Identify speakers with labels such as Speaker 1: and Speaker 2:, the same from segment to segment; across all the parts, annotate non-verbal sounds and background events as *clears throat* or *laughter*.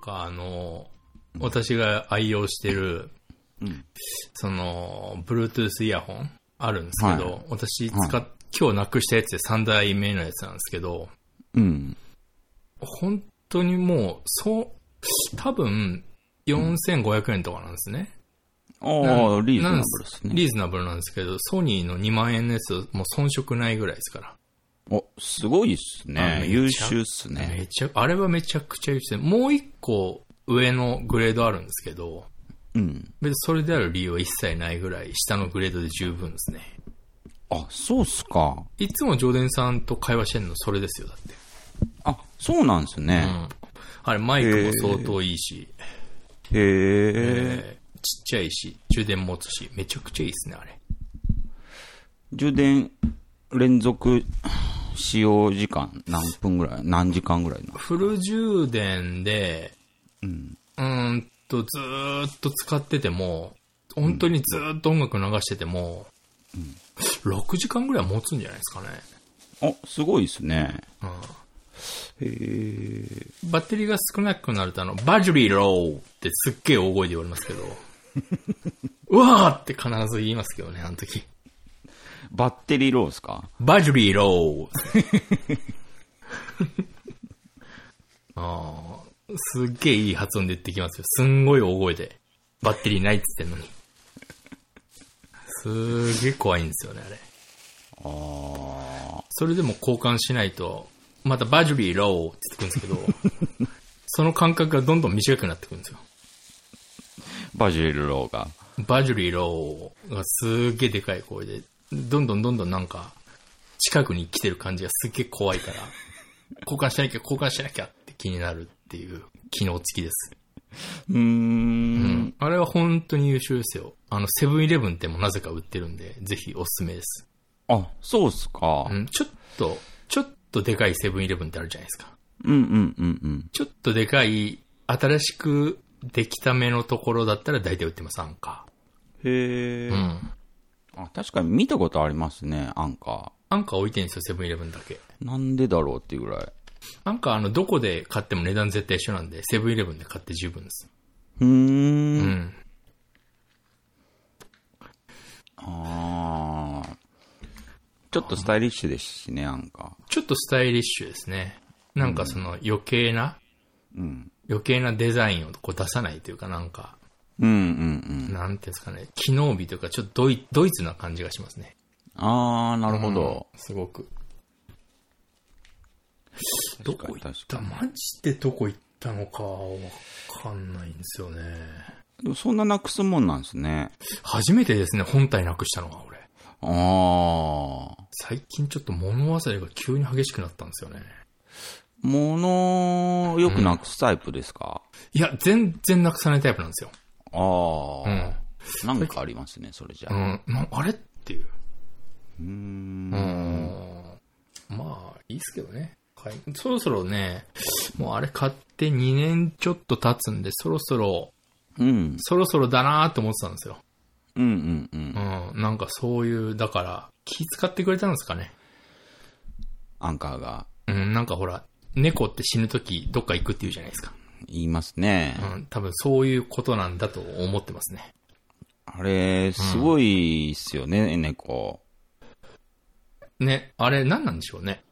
Speaker 1: か、あの、私が愛用してる、
Speaker 2: うん。
Speaker 1: その、Bluetooth イヤホンあるんですけど、
Speaker 2: は
Speaker 1: 私使っ、今日なくしたやつで3台目のやつなんですけど、
Speaker 2: うん。
Speaker 1: 本当にもう、そう、多分、4500円とかなんですね。
Speaker 2: ああ、リーズナブルですね。
Speaker 1: リーズナブルなんですけど、ソニーの2万円のやつ、もう遜色ないぐらいですから。
Speaker 2: お、すごいっす
Speaker 1: あ
Speaker 2: ね
Speaker 1: め。っちゃ
Speaker 2: 優秀っすね。
Speaker 1: めちゃ、あれはめちゃくちゃ優秀で、もう一個上のグレードあるんですけど、
Speaker 2: うん。
Speaker 1: 別にそれである理由は一切ないぐらい、下のグレードで十分ですね。
Speaker 2: あ、そうっすか。
Speaker 1: いつも常電さんと会話してるのそれですよ、だって。
Speaker 2: あ、そうなんです
Speaker 1: う
Speaker 2: ね。
Speaker 1: ん。あれ、マイクも相当いいし、
Speaker 2: へえ。
Speaker 1: えーちっちゃいし、充電持つし、めちゃくちゃいいですね、あれ。
Speaker 2: 充電連続使用時間何分ぐらい何時間ぐらいな
Speaker 1: フル充電で、うん、んと、ずーっと使ってても、本当にずーっと音楽流してても、6時間ぐらい持つんじゃないですかね。
Speaker 2: のあ、すごいっすね。へえ。
Speaker 1: バッテリーが少なくなると、あの、バジュリーローってすっげえ大声で言われますけど、 *laughs* うわーって必ず言いますけどね、あの時。
Speaker 2: バッテリーローですか
Speaker 1: バジュリーロー *laughs* あーすっげえいい発音で言ってきますよ。すんごい大声で。バッテリーないっつってんのに。すーげえ怖いんですよね、あれ。
Speaker 2: ああ。
Speaker 1: それでも交換しないと、またバジュリーローって言ってくるんですけど、その感覚がどんどん短くなってくるんですよ。
Speaker 2: バジルローが。
Speaker 1: バジュリーローがすーげえでかい声で、どんどんどんどんなんか、近くに来てる感じがすっげえ怖いから、交換しなきゃ、交換しなきゃって気になるっていう機能付きです。
Speaker 2: うーん。
Speaker 1: あれは本当に優秀ですよ。あの、セブンイレブンってもなぜか売ってるんで、ぜひおすすめです。
Speaker 2: あ、そうっすか。
Speaker 1: うん、ちょっと、ちょっとでかいセブンイレブンってあるじゃないですか。
Speaker 2: うんうんうんうん。
Speaker 1: ちょっとでかい、新しくできた目のところだったら大体売ってます、アンカ
Speaker 2: へえ、
Speaker 1: ー。うん。
Speaker 2: あ、確かに見たことありますね、アンカ
Speaker 1: アンカー置いてるんですよ、セブンイレブンだけ。
Speaker 2: ー。なんでだろうっていうぐらい。
Speaker 1: なんかあの、どこで買っても値段絶対一緒なんで、セブンイレブンで買って十分です。
Speaker 2: うーん。、
Speaker 1: うんん。
Speaker 2: ああ。ちょっとスタイリッシュですしね、アンカ
Speaker 1: ちょっとスタイリッシュですね。なんかその余計な、
Speaker 2: ー。うん。
Speaker 1: 余計なデザインをこう出さないというかなんか、
Speaker 2: うんうんうん。
Speaker 1: なんていうんですかね、機能美というかちょっとドイドイツな感じがしますね。
Speaker 2: ああ、なるほど。
Speaker 1: うんすごく。ど
Speaker 2: 確か
Speaker 1: こ
Speaker 2: に
Speaker 1: 行っ
Speaker 2: 確
Speaker 1: た
Speaker 2: か
Speaker 1: マジでどこ行ったのかわかんないんですよね。
Speaker 2: に。でもそんななくすもんなんですね。
Speaker 1: 初めてですね、本体なくしたのは俺。
Speaker 2: ああ。
Speaker 1: 最近ちょっと物忘れが急に激しくなったんですよね。
Speaker 2: 物、よくなくすタイプですか、
Speaker 1: いや、全然なくさないタイプなんですよ。
Speaker 2: あ
Speaker 1: う
Speaker 2: あ、
Speaker 1: ん。
Speaker 2: なんかありますね、それじゃ
Speaker 1: う
Speaker 2: あ。
Speaker 1: ん。なあれっていう。
Speaker 2: うーん
Speaker 1: う。ん。まあ、いいっすけどね。はい。そろそろね、もうあれ買って2年ちょっと経つんで、そろそろ、
Speaker 2: うん。
Speaker 1: そろそろだなーって思ってたんですよ。
Speaker 2: うんうんう。
Speaker 1: うんん。なんかそういう、だから、気使ってくれたんですかね。
Speaker 2: アンカーが
Speaker 1: うん。なんかほら、猫って死ぬときどっか行くって言うじゃないですか。
Speaker 2: 言いますね。
Speaker 1: うん。多分そういうことなんだと思ってますね。
Speaker 2: あれ、すごいっすよね、猫。
Speaker 1: ね。あれ何なんでしょうね。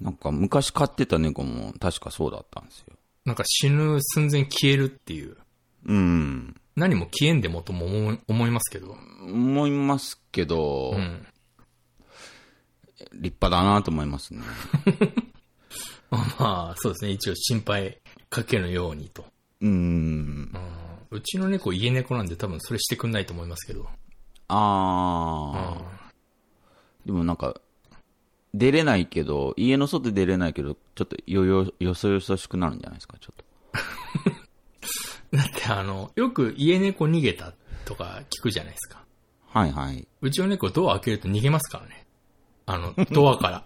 Speaker 2: なんか昔飼ってた猫も確かそうだったんですよ。
Speaker 1: なんか死ぬ寸前消えるっていう。
Speaker 2: うん。
Speaker 1: 何も消えんでもとも思い思いますけど。
Speaker 2: 思いますけど、
Speaker 1: うん。
Speaker 2: 立派だなと思いますね。
Speaker 1: まあ、そうですね。一応心配かけるようにと。
Speaker 2: うん
Speaker 1: う。ん、うちの猫家猫なんで多分それしてくんないと思いますけど。う
Speaker 2: あ
Speaker 1: ん
Speaker 2: あ。でもなんか、出れないけど、家の外出れないけど、ちょっとよよ、よそよそしくなるんじゃないですか、ちょっと。
Speaker 1: だってあの、よく家猫逃げたとか聞くじゃないですか。
Speaker 2: はいはい。
Speaker 1: うちの猫ドア開けると逃げますからね。あ *laughs* の、ドアから。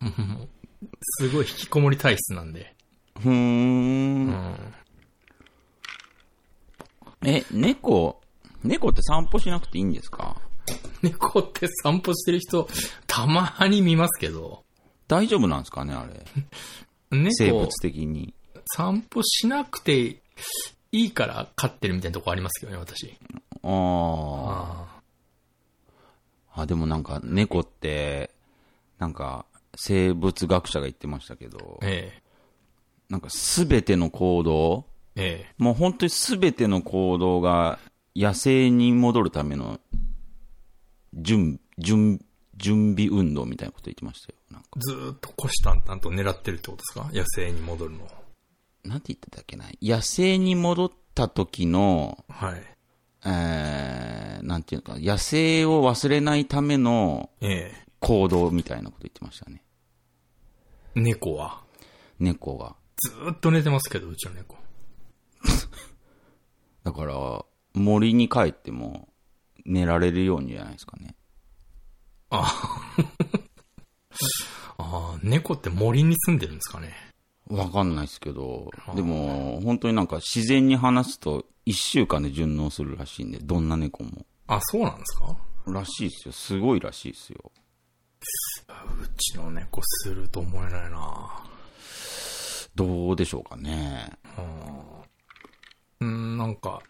Speaker 1: もうすごい引きこもり体質なんで。
Speaker 2: ふー。
Speaker 1: うんん。
Speaker 2: え、猫、猫って散歩しなくていいんですか
Speaker 1: 猫って散歩してる人、たまに見ますけど。
Speaker 2: 大丈夫なんですかね、あれ。生
Speaker 1: 猫
Speaker 2: 物、的に。
Speaker 1: 散歩しなくていいから飼ってるみたいなとこありますけどね、私。
Speaker 2: あ
Speaker 1: あ
Speaker 2: あ。あ、でもなんか猫って、なんか生物学者が言ってましたけど
Speaker 1: あ、、え
Speaker 2: なんかすべての行動、
Speaker 1: え、え
Speaker 2: もう本当にすべての行動が野生に戻るための準、準、準備運動みたいなこと言ってましたよ。なんか、
Speaker 1: え。ずーっと虎視眈々と狙ってるってことですか野生に戻るのを。
Speaker 2: なんて言ってたっけな。野生に戻った時の、
Speaker 1: はい。
Speaker 2: えー、なんていうのか、野生を忘れないための
Speaker 1: え
Speaker 2: 行動みたいなこと言ってましたね。
Speaker 1: え。猫は。
Speaker 2: 猫が。
Speaker 1: ずーっと寝てますけど、うちの猫。
Speaker 2: だから、森に帰っても寝られるようにじゃないですかね。
Speaker 1: ああ、猫って森に住んでるんですかね。
Speaker 2: わかんないですけど、でも、本当になんか自然に話すと一週間で順応するらしいんで、どんな猫も。
Speaker 1: あ、そうなんですから
Speaker 2: しいですよ。すごいらしいですよ。
Speaker 1: うちの猫すると思えないな
Speaker 2: どうでしょうかね。
Speaker 1: うん、なんか、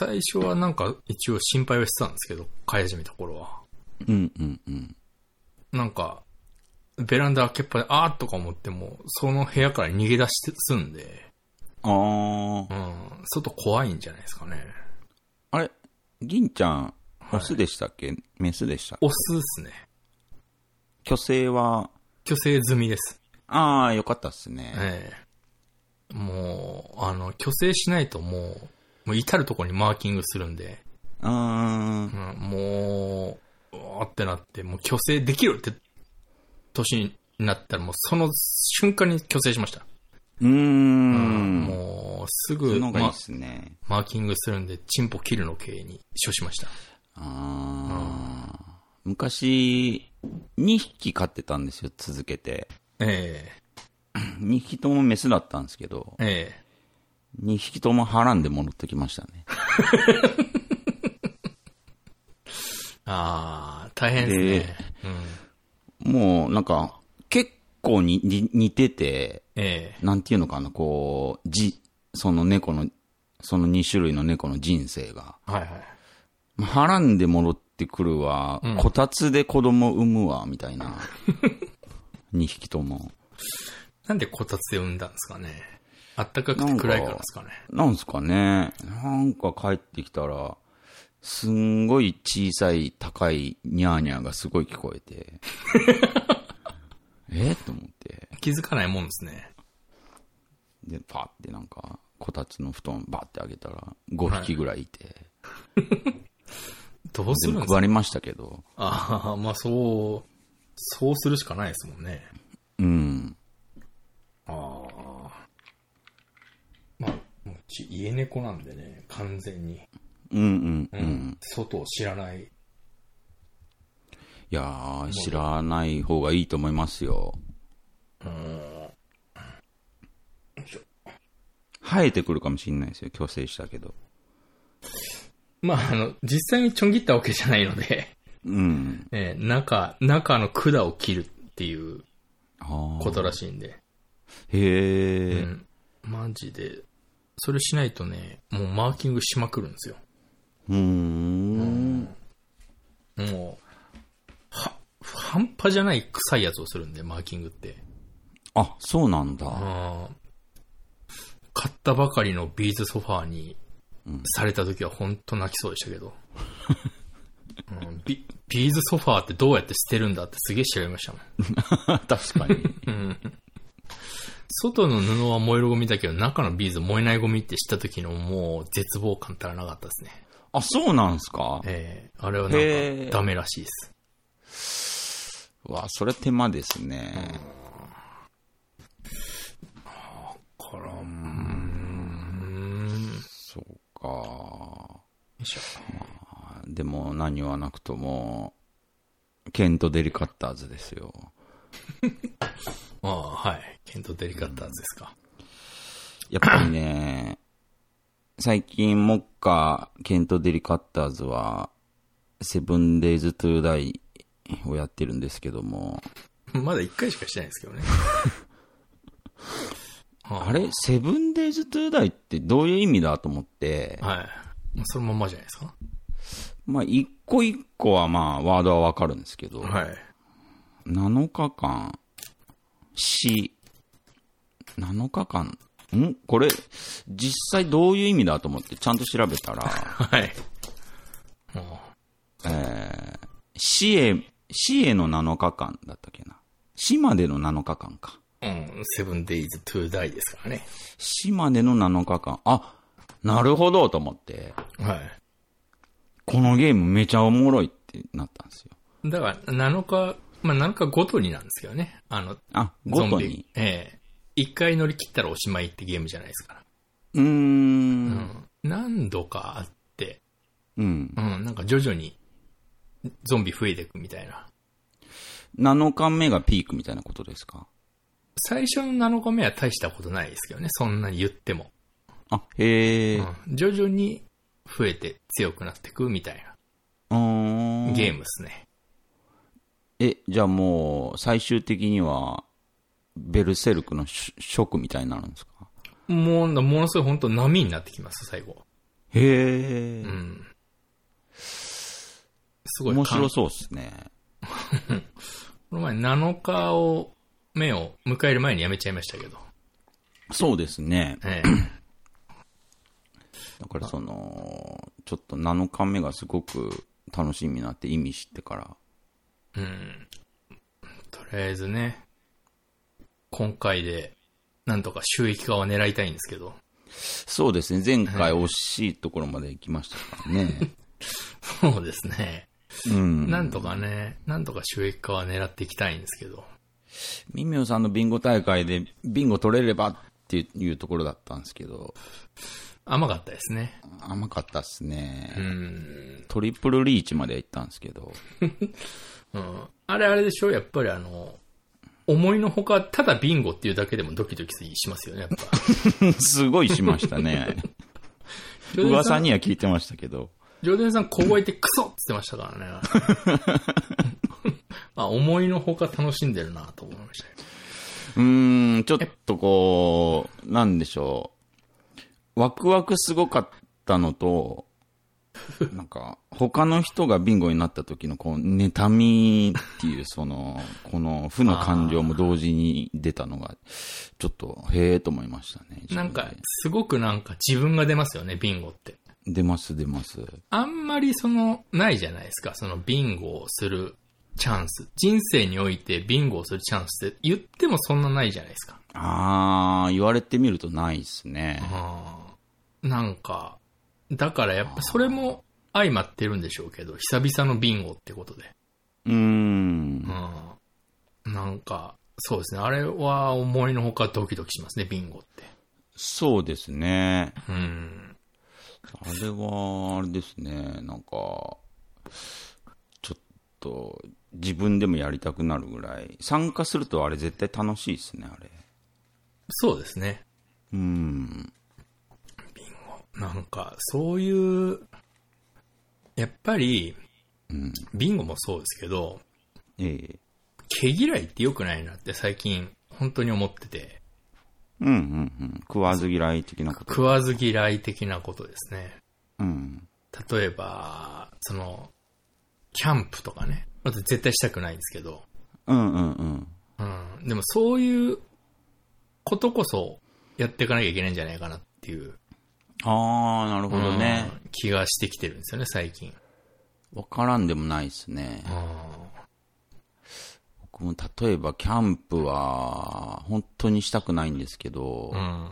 Speaker 1: 最初はなんか一応心配はしてたんですけど、飼い始めた頃は。
Speaker 2: うんうんうん。
Speaker 1: なんか、ベランダ開けっぱで、あーっとか思っても、その部屋から逃げ出してすんで、
Speaker 2: あ
Speaker 1: う
Speaker 2: ー。
Speaker 1: ん、外怖いんじゃないですかね。
Speaker 2: あれ銀ちゃん、オスでしたっけ、メスでした
Speaker 1: オスですね。
Speaker 2: 虚勢は、
Speaker 1: 虚勢済みです。
Speaker 2: ああ、よかったっすね。
Speaker 1: ええもう、あの、虚勢しないともう、もう至るところにマーキングするんで、
Speaker 2: うー。
Speaker 1: うんん、もう、うわーってなって、もう虚勢できるって年になったら、もうその瞬間に虚勢しました。
Speaker 2: うーん。も
Speaker 1: もう、す
Speaker 2: う、そ
Speaker 1: ぐ、
Speaker 2: の方がいい
Speaker 1: ま
Speaker 2: っ、すね。
Speaker 1: マーキングするんで、チンポ切るの経営に処しました。
Speaker 2: ああ。昔、2匹飼ってたんですよ、続けて。
Speaker 1: え
Speaker 2: 2匹ともメスだったんですけど
Speaker 1: え、え
Speaker 2: 2匹ともはらんで戻ってきましたね。
Speaker 1: えああ、大変ですね。うん、
Speaker 2: もう、なんか、結構にに似てて、
Speaker 1: え
Speaker 2: なんていうのかな、こう、じ、その猫の、その2種類の猫の人生が。
Speaker 1: えはいはい。
Speaker 2: まあはらんで戻ってくるわ、
Speaker 1: うん
Speaker 2: こたつで子供産むわ、みたいな。2匹とも。
Speaker 1: なんでこたつで産んだんですかね。あったかくて暗いからですかね。
Speaker 2: なんすかね。なんか帰ってきたら、すんごい小さい高いニャーニャーがすごい聞こえて。 *laughs* えと思って。
Speaker 1: 気づかないもんですね。
Speaker 2: で、パってなんか、こたつの布団バってあげたら、5匹ぐらいいて。
Speaker 1: どうす
Speaker 2: 全
Speaker 1: るんで
Speaker 2: 部
Speaker 1: す
Speaker 2: 食
Speaker 1: か
Speaker 2: われましたけど。
Speaker 1: ああ、まあそう、そうするしかないですもんね。
Speaker 2: うん。
Speaker 1: ああ。まあ、うち家猫なんでね、完全に。
Speaker 2: うんうんうん。
Speaker 1: 外を知らない。
Speaker 2: いやー、知らない方がいいと思いますよ。生えてくるかもしれないですよ、強制したけど。
Speaker 1: まあ、あの、実際にちょん切ったわけじゃないので、
Speaker 2: うん。
Speaker 1: ええ中、中の管を切るっていう
Speaker 2: ああ。
Speaker 1: ことらしいんで。
Speaker 2: へえ、
Speaker 1: うん。マジで。それしないとね、もうマーキングしまくるんですよ。
Speaker 2: うーん。
Speaker 1: もう、は、半端じゃない臭いやつをするんで、マーキングって。
Speaker 2: あ、そうなんだ。
Speaker 1: あー買ったばかりのビーズソファーにされた時は本当泣きそうでしたけど、 *laughs* うんビ。ビーズソファーってどうやって捨てるんだってすげえ調べましたもん。
Speaker 2: 確かに。
Speaker 1: 外の布は燃えるゴミだけど中のビーズ燃えないゴミって知った時のもう絶望感たらなかったですね。
Speaker 2: *laughs* あ、そうなんすか
Speaker 1: えーあれはなん
Speaker 2: へー
Speaker 1: かダメらしいです。
Speaker 2: うわ、それ手間ですね。
Speaker 1: から、うーん。よ
Speaker 2: そうか。
Speaker 1: いしょ
Speaker 2: でも何はなくとも、ケント・デリカッターズですよ。
Speaker 1: ああ、はい。ケント・デリカッターズですか。
Speaker 2: やっぱりね、最近、目下、ケント・デリカッターズは、セブン・デイズ・トゥ・ダイをやってるんですけども、
Speaker 1: *laughs* まだ一回しかしてないですけどね。は
Speaker 2: あれ、セブンデイズ・トゥ・ダイってどういう意味だと思って、
Speaker 1: はい。まあそのまんまじゃないですか。
Speaker 2: まあ、一個一個はまあ、ワードはわかるんですけど、
Speaker 1: はい。
Speaker 2: 7日間、死、7日間、んこれ、実際どういう意味だと思って、ちゃんと調べたら、
Speaker 1: はい。
Speaker 2: えー、死へ、死への7日間だったっけな。死までの7日間か。
Speaker 1: うん。セブンデイズ・トゥ・ダイですからね。
Speaker 2: 死までの7日間。あ、なるほどと思って、
Speaker 1: はい。
Speaker 2: このゲームめちゃおもろいってなったんですよ。
Speaker 1: だから、7日、まあ、7日ごとになんですけどね。あの、
Speaker 2: あ、
Speaker 1: ゾ
Speaker 2: ご
Speaker 1: ン
Speaker 2: と
Speaker 1: ビ
Speaker 2: に。。
Speaker 1: ええ一回乗り切ったらおしまいってゲームじゃないですか。
Speaker 2: うー。
Speaker 1: うんん。何度かあって、
Speaker 2: うん。
Speaker 1: うん、なんか徐々にゾンビ増えていくみたいな。
Speaker 2: 7日目がピークみたいなことですか
Speaker 1: 最初の7日目は大したことないですけどね、そんなに言っても。
Speaker 2: あ、へえ。う
Speaker 1: うん、徐々に増えて強くなっていくみたい
Speaker 2: ー。
Speaker 1: なんゲームですね。
Speaker 2: え、じゃあもう、最終的には、ベルセルクのショックみたいになるんですか
Speaker 1: もう、ものすごい本当波になってきます、最後。
Speaker 2: へえ
Speaker 1: う。ん。すごい
Speaker 2: 面白
Speaker 1: かん
Speaker 2: そうですね。
Speaker 1: この前7日を、目を迎える前にやめちゃいましたけど。
Speaker 2: そうですね。 *clears throat*
Speaker 1: え
Speaker 2: だからその、ちょっと7日目がすごく楽しみになって意味知ってから。
Speaker 1: え。うん。とりあえずね、今回で、なんとか収益化を狙いたいんですけど。
Speaker 2: そうですね。前回惜しいところまで行きましたから
Speaker 1: *laughs*
Speaker 2: ね。
Speaker 1: そうですね。
Speaker 2: うん。
Speaker 1: なんとかね、なんとか収益化は狙っていきたいんですけど。
Speaker 2: ミミオさんのビンゴ大会でビンゴ取れればっていうところだったんですけど、
Speaker 1: 甘かったですね。
Speaker 2: 甘かったっす
Speaker 1: う
Speaker 2: ね。
Speaker 1: ん。
Speaker 2: トリプルリーチまで行ったんですけど。 *laughs*
Speaker 1: うん。あれあれでしょやっぱりあの、思いのほか、ただビンゴっていうだけでもドキドキしますよね、やっぱ。
Speaker 2: すごいしました
Speaker 1: *laughs*
Speaker 2: ね。噂には聞いてましたけど。
Speaker 1: ジョーデンさん小声でクソって言ってましたからね。あ、思いのほか楽しんでるなと思いましたよ
Speaker 2: うーん、ちょっとこう、なんでしょう。ワクワクすごかったの
Speaker 1: *laughs*
Speaker 2: と、なんか、他の人がビンゴになった時の、こう、妬みっていう、その、この負の感情も同時に出たのが、ちょっと、へえと思いましたね。自分で
Speaker 1: なんか、すごくなんか自分が出ますよね、ビンゴって。
Speaker 2: 出ます、出ます。
Speaker 1: あんまりその、ないじゃないですか。そのビンゴをするチャンス。人生においてビンゴをするチャンスって言ってもそんなないじゃないですか。
Speaker 2: あー、言われてみるとないですね。
Speaker 1: うん。なんか、だからやっぱそれも相まってるんでしょうけど、久々のビンゴってことで。
Speaker 2: うーん。
Speaker 1: うん。なんか、そうですね。あれは思いのほかドキドキしますね、ビンゴって。
Speaker 2: そうですね。
Speaker 1: うん。
Speaker 2: あれは、あれですね、なんか、ちょっと、自分でもやりたくなるぐらい、参加するとあれ絶対楽しいですね、あれ。
Speaker 1: そうですね。
Speaker 2: うん。
Speaker 1: なんか、そういう、やっぱり、
Speaker 2: うん。
Speaker 1: ビンゴもそうですけど、
Speaker 2: ええ。
Speaker 1: 毛嫌いって良くないなって最近、本当に思ってて、
Speaker 2: うんうんうん。食わず嫌い的なこと。
Speaker 1: 食わず嫌い的なことですね。
Speaker 2: うん。
Speaker 1: 例えば、その、キャンプとかね。まず絶対したくないんですけど、
Speaker 2: うんうんうん。
Speaker 1: うん。でもそういうことこそやっていかなきゃいけないんじゃないかなっていう、
Speaker 2: あー、なるほどね。
Speaker 1: うん気がしてきてるんですよね、最近。
Speaker 2: わからんでもないですね
Speaker 1: う。ん
Speaker 2: 僕も例えばキャンプは、本当にしたくないんですけど
Speaker 1: う、ん。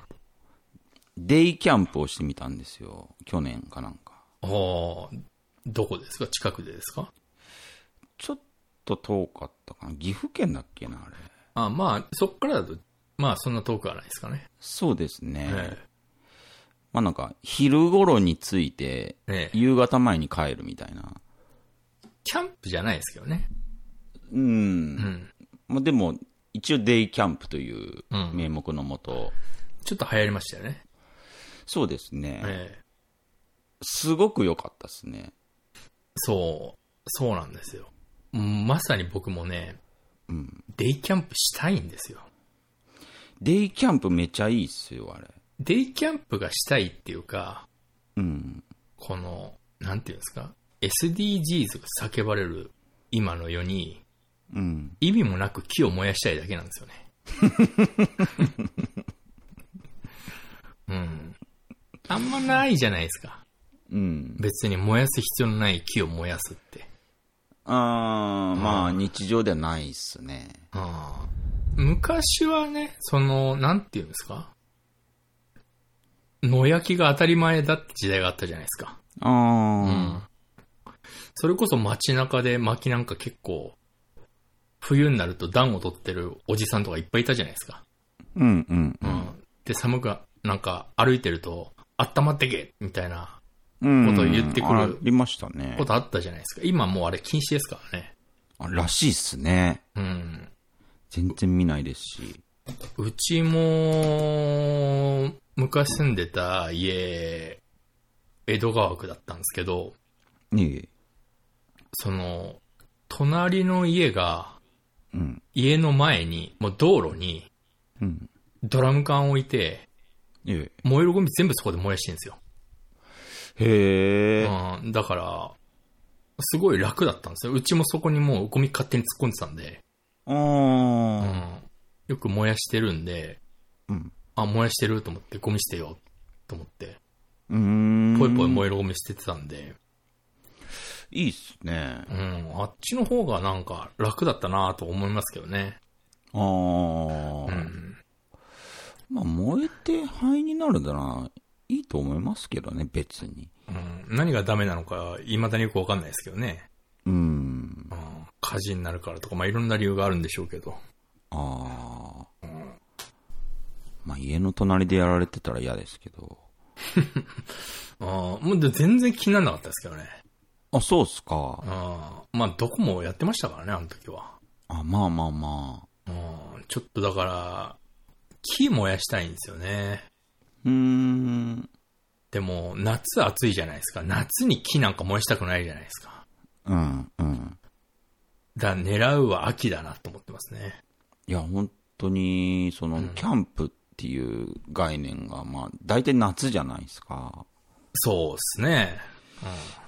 Speaker 2: デイキャンプをしてみたんですよ。去年かなんか。
Speaker 1: おーどこですか近くでですか
Speaker 2: ちょっと遠かったかな。岐阜県だっけな、あれ。
Speaker 1: あまあ、そっからだと、まあそんな遠くはないですかね。
Speaker 2: そうですね。
Speaker 1: え
Speaker 2: まあなんか、昼頃に着いて、
Speaker 1: えええ
Speaker 2: 夕方前に帰るみたいな。
Speaker 1: キャンプじゃないですけどね。
Speaker 2: うん。
Speaker 1: うん。
Speaker 2: まあでも、一応デイキャンプという
Speaker 1: うん
Speaker 2: 名目のもと、
Speaker 1: ちょっと流行りましたよね。
Speaker 2: そうですね。
Speaker 1: ええ
Speaker 2: すごく良かったですね。
Speaker 1: そう、そうなんですよ。うんまさに僕もね、
Speaker 2: うん。
Speaker 1: デイキャンプしたいんですよ。
Speaker 2: デイキャンプめちゃいいっすよ、あれ。
Speaker 1: デイキャンプがしたいっていうか、
Speaker 2: うん。
Speaker 1: この、なんていうんですか、SDGs が叫ばれる今の世に、
Speaker 2: うん。
Speaker 1: 意味もなく木を燃やしたいだけなんですよね。
Speaker 2: *laughs*
Speaker 1: うん。あんまないじゃないですか。
Speaker 2: うん。
Speaker 1: 別に燃やす必要のない木を燃やすって。
Speaker 2: あー、まあ、日常ではないっすね。
Speaker 1: ああ昔はね、その、なんていうんですか野焼きが当たり前だって時代があったじゃないですか。
Speaker 2: あ
Speaker 1: それこそ街中で薪なんか結構、冬になると暖を取ってるおじさんとかいっぱいいたじゃないですか。
Speaker 2: ー。うん、うん、
Speaker 1: う
Speaker 2: うん
Speaker 1: ん。で、寒く、なんか歩いてると、温まってけみたいな
Speaker 2: うん。
Speaker 1: ことを言ってくる
Speaker 2: ありましたね
Speaker 1: こ。とあったじゃないですか。今もうあれ禁止ですからね。
Speaker 2: あらしいっすね。
Speaker 1: うん。
Speaker 2: 全然見ないですし。
Speaker 1: うちも、昔住んでた家、江戸川区だったんですけど、
Speaker 2: ね
Speaker 1: その、隣の家が、
Speaker 2: え。うん。
Speaker 1: 家の前に、もう道路に
Speaker 2: うん。
Speaker 1: ドラム缶を置いて、
Speaker 2: ね
Speaker 1: 燃えるゴミ全部そこで燃やしてるんですよ。
Speaker 2: え。へえ。
Speaker 1: うん、だから、すごい楽だったんですよ。うちもそこにもうゴミ勝手に突っ込んでたんで、
Speaker 2: あ
Speaker 1: う
Speaker 2: ー。
Speaker 1: ん、よく燃やしてるんで、
Speaker 2: うん。
Speaker 1: あ、燃やしてると思って、ゴミ捨てようと思って、
Speaker 2: うーん。
Speaker 1: ぽいぽい燃えるゴミ捨ててたんで、
Speaker 2: いいっすね。
Speaker 1: うん、あっちの方がなんか楽だったなと思いますけどね。
Speaker 2: あー。
Speaker 1: うん。
Speaker 2: まあ、燃えて灰になるなら、いいと思いますけどね、別に。
Speaker 1: うん、何がダメなのか、未だによくわかんないですけどね。
Speaker 2: うん。
Speaker 1: うん、火事になるからとか、まあ、いろんな理由があるんでしょうけど。
Speaker 2: ああ。まあ、家の隣でやられてたら嫌ですけど。
Speaker 1: あーもうで全然気にならなかったですけどね。
Speaker 2: あ、そうっすか。
Speaker 1: あまあ、どこもやってましたからね、あの時は。
Speaker 2: あ、まあまあまあ。
Speaker 1: うん、ちょっとだから、木燃やしたいんですよね。
Speaker 2: うーん。
Speaker 1: でも、夏暑いじゃないですか。夏に木なんか燃やしたくないじゃないですか。
Speaker 2: うん、うん。
Speaker 1: だから狙うは秋だなと思ってますね。
Speaker 2: いや、本当に、その、キャンプっていう概念が、まあ、大体夏じゃないですか。
Speaker 1: そうですね。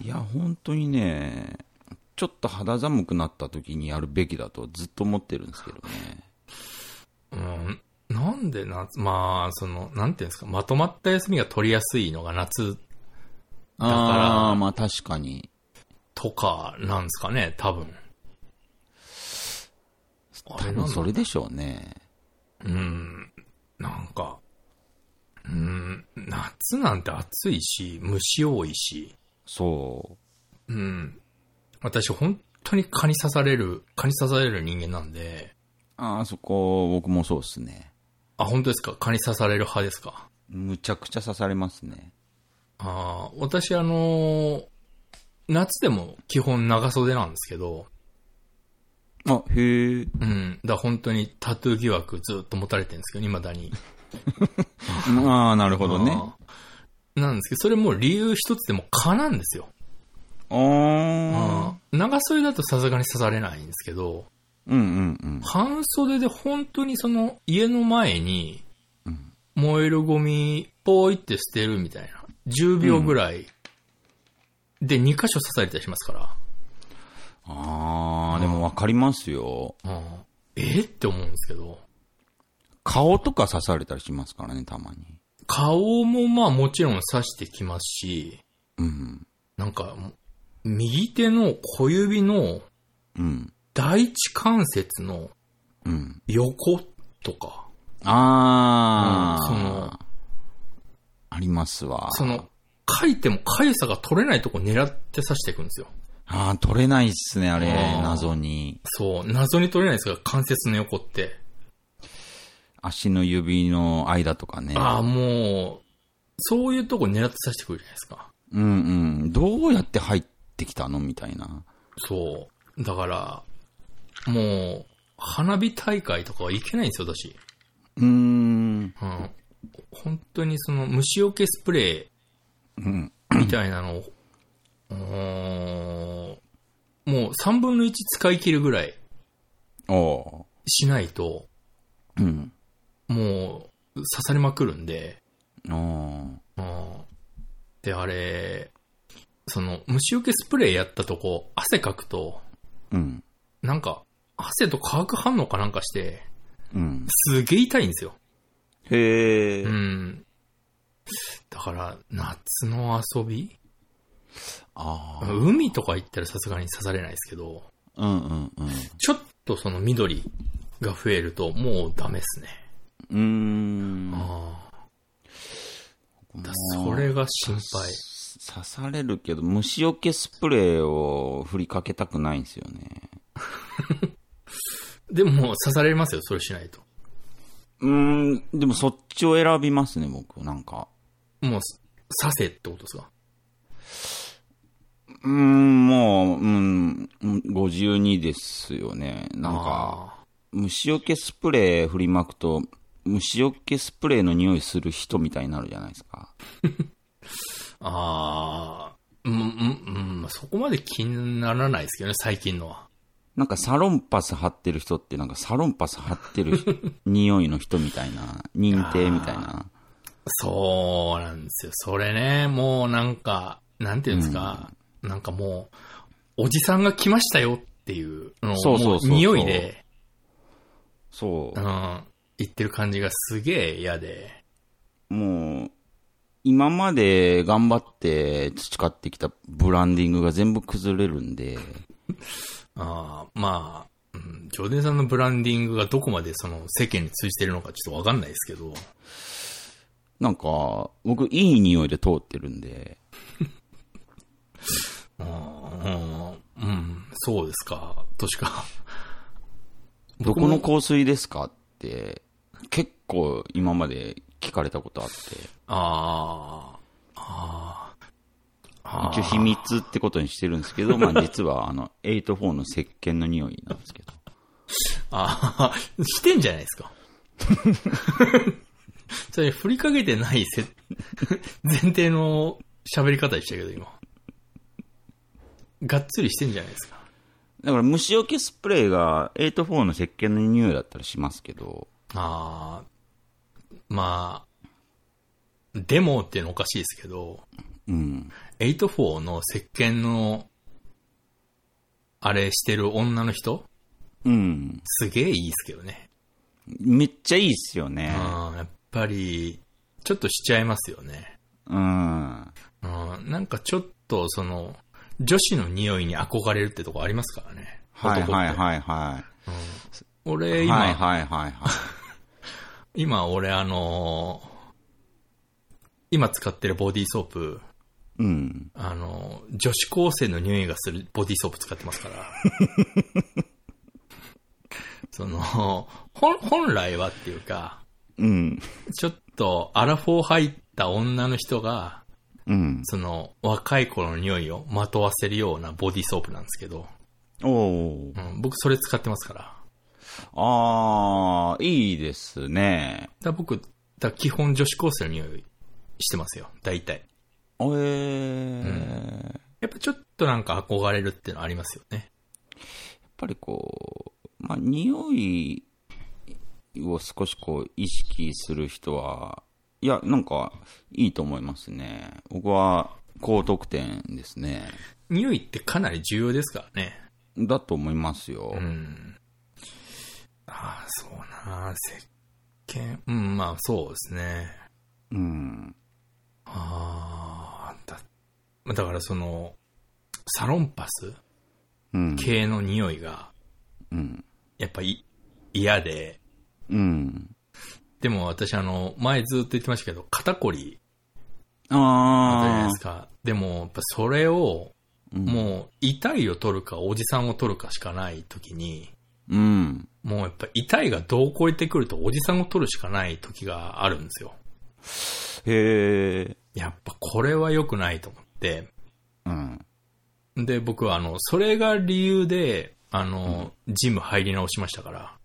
Speaker 2: いや、本当にね、ちょっと肌寒くなった時にやるべきだとずっと思ってるんですけど
Speaker 1: *laughs*
Speaker 2: ね。
Speaker 1: うん。なんで夏、まあ、その、なんていうんですか、まとまった休みが取りやすいのが夏か
Speaker 2: だ
Speaker 1: ら
Speaker 2: まあ確かに。
Speaker 1: とかなんですかね、多分。あ
Speaker 2: 多
Speaker 1: れなん
Speaker 2: 分
Speaker 1: だ
Speaker 2: それでしょうね。
Speaker 1: うん。なんか、うん、夏なんて暑いし、虫多いし、
Speaker 2: そ
Speaker 1: うん。私本当に蚊に刺される、蚊に刺される人間なんで、
Speaker 2: う。ああ、そこ、僕もそうですね。
Speaker 1: あ、本当ですか蚊に刺される派ですか
Speaker 2: むちゃくちゃ刺されますね。
Speaker 1: ああ、私あのー夏でも基本長袖なんですけど、
Speaker 2: あ、へ
Speaker 1: う
Speaker 2: え。
Speaker 1: ん。だから本当にタトゥー疑惑ずっと持たれてるんですけど、未だに。
Speaker 2: ああ、なるほどね。
Speaker 1: あーなんですけど、それもう理由一つでも蚊なんですよ。
Speaker 2: ああ。
Speaker 1: うん長袖だとさすがに刺されないんですけど、
Speaker 2: うんうんうん。
Speaker 1: 半袖で本当にその家の前に、燃えるゴミ、ポイって捨てるみたいな。10秒ぐらい。で、2箇所刺されたりしますか
Speaker 2: ああ、でもわかりますよ。
Speaker 1: ら。うんえって思うんですけど。
Speaker 2: 顔とか刺されたりしますからね、たまに。
Speaker 1: 顔もまあもちろん刺してきますし、
Speaker 2: うん。
Speaker 1: なんか、右手の小指の
Speaker 2: うん。
Speaker 1: 第一関節の
Speaker 2: うん。
Speaker 1: 横とか、
Speaker 2: ああ、
Speaker 1: うんその
Speaker 2: ありますわ。
Speaker 1: その、書いてもかゆさが取れないとこ狙って刺していくんですよ。
Speaker 2: ああ、取れないっすね、あれ
Speaker 1: あー、
Speaker 2: 謎に。
Speaker 1: そう、謎に取れないですが、関節の横って。
Speaker 2: 足の指の間とかね。
Speaker 1: ああ、もう、そういうとこ狙って刺してくるじゃないですか。
Speaker 2: うんうん。どうやって入ってきたのみたいな。
Speaker 1: そう。だから、もう、花火大会とかはいけないんですよ、私。
Speaker 2: うーん。
Speaker 1: うん。本当にその、虫除けスプレ
Speaker 2: うん。
Speaker 1: ーみたいなのを、うーんもう3分の1使い切るぐらい
Speaker 2: おう
Speaker 1: しないと、
Speaker 2: うん。
Speaker 1: もう、刺されまくるんで、
Speaker 2: あ
Speaker 1: う
Speaker 2: ー
Speaker 1: んで、あれ、その、虫除けスプレーやったとこ、汗かくと、
Speaker 2: うん。
Speaker 1: なんか、汗と化学反応かなんかして、
Speaker 2: うん。
Speaker 1: すげえ痛いんですよ。
Speaker 2: へえ、
Speaker 1: うん。だから、夏の遊び
Speaker 2: ああ。
Speaker 1: 海とか行ったらさすがに刺されないですけど、
Speaker 2: うんうんうん。
Speaker 1: ちょっとその緑が増えるともうダメですね。
Speaker 2: うーん。
Speaker 1: ああ
Speaker 2: まあ
Speaker 1: それが心配。
Speaker 2: 刺されるけど、虫除けスプレーを振りかけたくないんですよね。
Speaker 1: でももう刺されますよ、それしないと。
Speaker 2: うーん、でもそっちを選びますね、僕、なんか。
Speaker 1: もう、刺せってことですか
Speaker 2: うーん、もう、うん、52ですよね。なんか、
Speaker 1: あ
Speaker 2: 虫除けスプレー振りまくと、虫除けスプレーの匂いする人みたいになるじゃないですか。
Speaker 1: ーあー、うん、うん、うん、そこまで気にならないですけどね、最近のは。
Speaker 2: なんかサロンパス貼ってる人って、なんかサロンパス貼ってる人匂いの人みたい *laughs* な、認定みたいな。
Speaker 1: そうなんですよ。それね、もうなんか、なんていうんですか、なんかもう、おじさんが来ましたよっていうのを、
Speaker 2: そうそうそうそう
Speaker 1: も匂いで、
Speaker 2: そう
Speaker 1: う。ん、言ってる感じがすげえ嫌で。
Speaker 2: もう、今まで頑張って培ってきたブランディングが全部崩れるんで、
Speaker 1: あーまあ、うん、ジョーデンさんのブランディングがどこまでその世間に通じてるのかちょっとわかんないですけど、
Speaker 2: なんか、僕、いい匂いで通ってるんで、
Speaker 1: うん、うん、そうですか、としか。
Speaker 2: どこの香水ですかって、結構今まで聞かれたことあって、
Speaker 1: ああ、ああ、あ
Speaker 2: 一応秘密ってことにしてるんですけど、まあ実はあの、84の石鹸の匂いなんですけど。
Speaker 1: ああ、してんじゃないですか。 *laughs* それ振りかけてないせ *laughs* 前提の喋り方でしたけど、今。がっつりしてんじゃないですか。
Speaker 2: だから虫除けスプレーが84の石鹸の匂いだったりしますけど、
Speaker 1: ああ、まあ、でもっていうのおかしいですけど、
Speaker 2: うん。
Speaker 1: 84の石鹸の、あれしてる女の人
Speaker 2: うん。
Speaker 1: すげえいいですけどね。
Speaker 2: めっちゃいいっすよね。
Speaker 1: うん、やっぱり、ちょっとしちゃいますよね。
Speaker 2: うん。
Speaker 1: うん、なんかちょっと、その、女子の匂いに憧れるってとこありますからね。
Speaker 2: はいはい
Speaker 1: い。
Speaker 2: はいはい。
Speaker 1: 俺、今、
Speaker 2: はいはいはいはい。
Speaker 1: 今俺あのー今使ってるボディーソープ、
Speaker 2: うん。
Speaker 1: あのー女子高生の匂いがするボディーソープ使ってます
Speaker 2: *laughs*
Speaker 1: から。その、本本来はっていうか、
Speaker 2: うん。
Speaker 1: ちょっと、アラフォー入った女の人が、
Speaker 2: うん。
Speaker 1: その、若い頃の匂いをまとわせるようなボディーソープなんですけど、
Speaker 2: おお
Speaker 1: うん、僕それ使ってますから。だか
Speaker 2: あー、いいですね。
Speaker 1: ら僕、だから基本女子高生の匂いしてますよ、大体。
Speaker 2: えー。やっ
Speaker 1: やっぱちょっとなんか憧れるっていうのありますよね。
Speaker 2: ぱりこう、まあ、匂いを少しこう、意識する人は、いや、なんか、いいと思いますね。僕は、高得点ですね。
Speaker 1: 匂いってかなり重要ですからね。
Speaker 2: だと思いますよ
Speaker 1: う。ん。ああ、そうな石鹸。うん、まあそうですね。
Speaker 2: うん。
Speaker 1: ああ、だ、だからその、サロンパス
Speaker 2: うん。
Speaker 1: 系の匂いが、
Speaker 2: うん。
Speaker 1: やっぱい嫌で、
Speaker 2: うん。
Speaker 1: でも私あの、前ずっと言ってましたけど、肩こりあったじゃない
Speaker 2: あ
Speaker 1: ですか。でも、やっぱそれを、
Speaker 2: ー。うん
Speaker 1: もう、痛いを取るか、おじさんを取るかしかない時に、
Speaker 2: うん。
Speaker 1: もうやっぱ痛いがどう超えてくると、おじさんを取るしかない時があるんですよ。
Speaker 2: へえ。
Speaker 1: やっぱこれは良くないと思って、
Speaker 2: うん。
Speaker 1: で、僕はあの、それが理由で、あの、ジム入り直しましたから、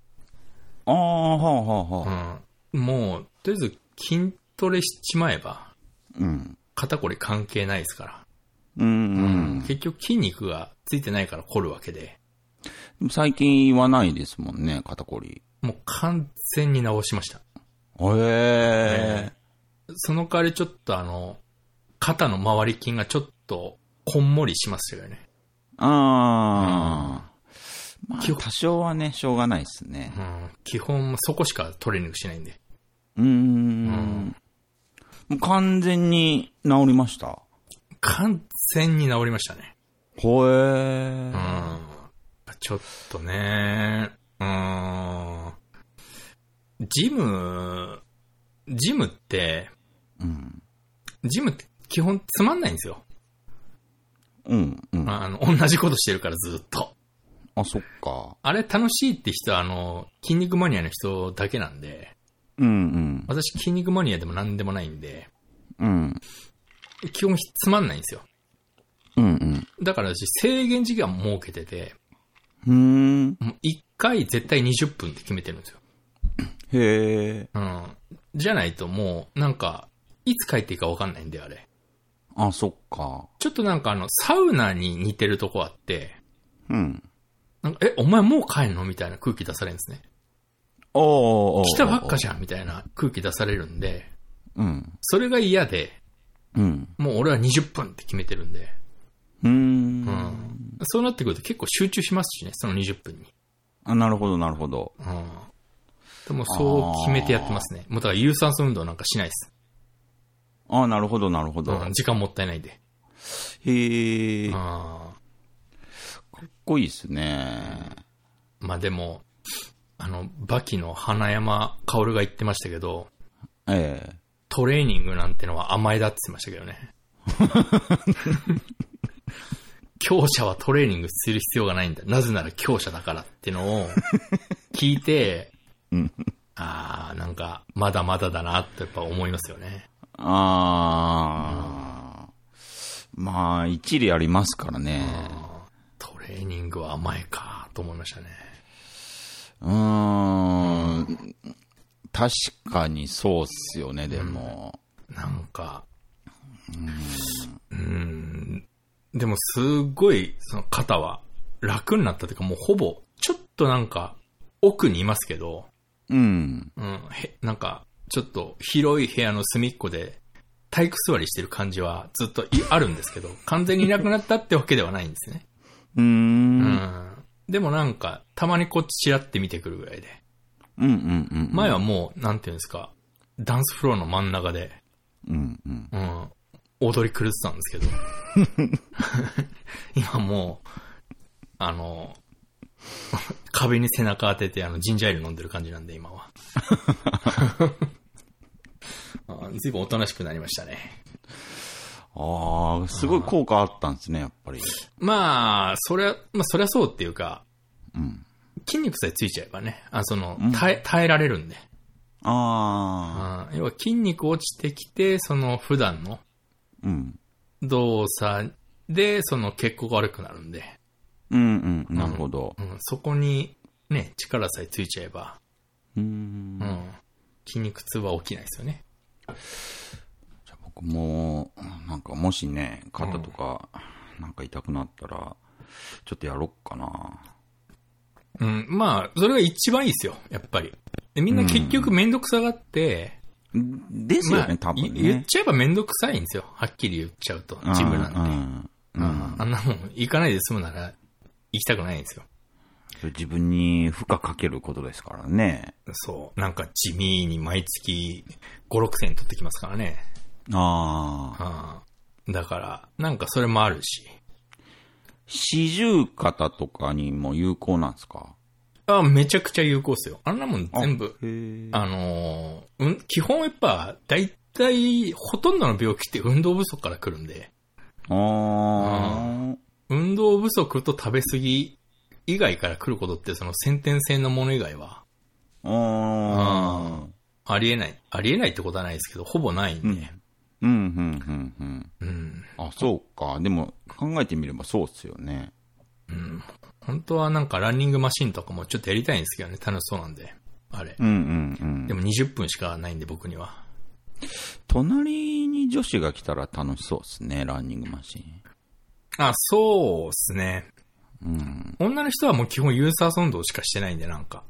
Speaker 2: ああ、はあはあはあ。
Speaker 1: うん。もう、とりあえず筋トレしちまえば、
Speaker 2: うん。
Speaker 1: 肩こり関係ないですから。
Speaker 2: うん、うん。
Speaker 1: 結局筋肉がついてないから凝るわけで、
Speaker 2: 最近言わないですもんね、肩こり。
Speaker 1: もう完全に直しました。
Speaker 2: え
Speaker 1: その代わりちょっとあの、肩の周り筋がちょっと、こんもりしますよね。
Speaker 2: ー。あー。まあ、
Speaker 1: 基本
Speaker 2: 多少はね、しょうがないですね
Speaker 1: う。ん。基本、そこしかトレーニングしないんで。
Speaker 2: うーん。もう完全に治りました。
Speaker 1: 完全に治りましたね。
Speaker 2: ほえ
Speaker 1: う
Speaker 2: ー。
Speaker 1: ん。ちょっとね、うん。ジム、ジムって、
Speaker 2: うん。
Speaker 1: ジムって基本つまんないんですよ。
Speaker 2: うん、うん。
Speaker 1: あの、同じことしてるからずっと。
Speaker 2: あ、そっか。
Speaker 1: あれ楽しいって人は、あの、筋肉マニアの人だけなんで、
Speaker 2: うん、
Speaker 1: 私筋肉マニアでも何でもないんで、
Speaker 2: うん。うん。
Speaker 1: 基本つまんないんですよ。
Speaker 2: うん、
Speaker 1: だから私制限時間設けてて、
Speaker 2: うん。うーん。
Speaker 1: もう1回絶対20分って決めてるんですよ。
Speaker 2: へえ。
Speaker 1: うん。じゃないともう、なんか、いつ帰っていいかわかんないんで、あれ。
Speaker 2: あ、そっか。
Speaker 1: ちょっとなんかあの、サウナに似てるとこあって、
Speaker 2: うん。
Speaker 1: なんか、え、お前もう帰んのみたいな空気出されるんですね。
Speaker 2: おーおーおーおー。
Speaker 1: 来たばっかじゃんみたいな空気出されるんで、
Speaker 2: うん。
Speaker 1: それが嫌で、
Speaker 2: うん。
Speaker 1: もう俺は20分って決めてるんで、
Speaker 2: うー。
Speaker 1: うんん。そうなってくると結構集中しますしね、その20分に。
Speaker 2: あ、なるほど、なるほど。
Speaker 1: うん。でもそう決めてやってますね。もうだから有酸素運動なんかしないです。
Speaker 2: あなるほど、なるほど。
Speaker 1: うん、時間もったいないんで。
Speaker 2: へ
Speaker 1: う
Speaker 2: え。
Speaker 1: ん。
Speaker 2: かっこいいっすね。
Speaker 1: まあでも、あの、バキの花山薫が言ってましたけど、
Speaker 2: ええ。
Speaker 1: トレーニングなんてのは甘えだって言ってましたけどね。強者はトレーニングする必要がないんだ。なぜなら強者だからってのを聞いて、
Speaker 2: うん
Speaker 1: ああ、なんか、まだまだだなってやっぱ思いますよね。
Speaker 2: ああ。まあ、一理ありますからね。
Speaker 1: トレーニングは甘えかと思いましたね。
Speaker 2: うーん。確かにそうっすよね、でも。
Speaker 1: なんか、うーん。でもすごい、その肩は楽になったというかもうほぼ、ちょっとなんか奥にいますけど、
Speaker 2: うん。
Speaker 1: うん、へなんか、ちょっと広い部屋の隅っこで体育座りしてる感じはずっといあるんですけど、完全にいなくなったってわけではないんですね。
Speaker 2: うー。
Speaker 1: うんん。でもなんか、たまにこっちちらって見てくるぐらいで。
Speaker 2: うんうんうん。
Speaker 1: 前はもう、なんていうんですか、ダンスフロアの真ん中で、
Speaker 2: うんうん。
Speaker 1: うん、踊り狂ってたんですけど。 *laughs* 今もう、あの、壁に背中当てて、あの、ジンジャーエール飲んでる感じなんで、今は。 *laughs* あ随分おとなしくなりましたね。
Speaker 2: ああ、すごい効果あったんですね、やっぱり。
Speaker 1: まあ、そりゃ、まあ、そりゃそうっていうか、
Speaker 2: うん。
Speaker 1: 筋肉さえついちゃえばね、あその
Speaker 2: うん、
Speaker 1: 耐え、耐えられるんで。
Speaker 2: ああ。
Speaker 1: あ要は筋肉落ちてきて、その普段の
Speaker 2: うん。
Speaker 1: 動作で、その血行が悪くなるんで。
Speaker 2: うんうん。なるほど。
Speaker 1: うん、そこに、ね、力さえついちゃえば、
Speaker 2: うーん
Speaker 1: う。ん、筋肉痛は起きないですよね。
Speaker 2: じゃあ僕も、なんかもしね、肩とか、なんか痛くなったら、ちょっとやろっかな。
Speaker 1: うん、まあ、それが一番いいですよ、やっぱり。でみんな結局めんどくさがって、
Speaker 2: ですよ
Speaker 1: まあ、
Speaker 2: ね、多分
Speaker 1: い言っ
Speaker 2: ね。
Speaker 1: ちゃえばめんどくさいんですよ、はっきり言っちゃうと、ジムなんて。
Speaker 2: うん。うん。
Speaker 1: あんなもん、行かないで済むなら、行きたくないんですよ。
Speaker 2: それ自分に負荷かけることですからね。
Speaker 1: そう。なんか地味に毎月5、6千取ってきますからね。
Speaker 2: ああ。
Speaker 1: うん。だから、なんかそれもあるし。
Speaker 2: 四十肩とかにも有効なんですか
Speaker 1: あ、めちゃくちゃ有効ですよ。あんなもん全部、
Speaker 2: へえ。
Speaker 1: あのーうん、基本やっぱ、大体、ほとんどの病気って運動不足から来るんで、
Speaker 2: ああ。
Speaker 1: 運動不足と食べ過ぎ以外から来ることって、その先天性のもの以外は、
Speaker 2: ああ。
Speaker 1: ありえない。ありえないってことはないですけど、ほぼないんで。
Speaker 2: うん、うん、うん、うん。
Speaker 1: うん。
Speaker 2: あ、そうか。でも、考えてみればそうっすよね。
Speaker 1: 本当はなんかランニングマシンとかもちょっとやりたいんですけどね、楽しそうなんで。あれ
Speaker 2: う。ん、うん、うん
Speaker 1: で。も20分しかないんで、僕には。
Speaker 2: 隣に女子が来たら楽しそうですね、ランニングマシ
Speaker 1: あ、そうっすね。
Speaker 2: ン。うん。
Speaker 1: 女の人はもう基本ユーザー運動しかしてないんで、なんか。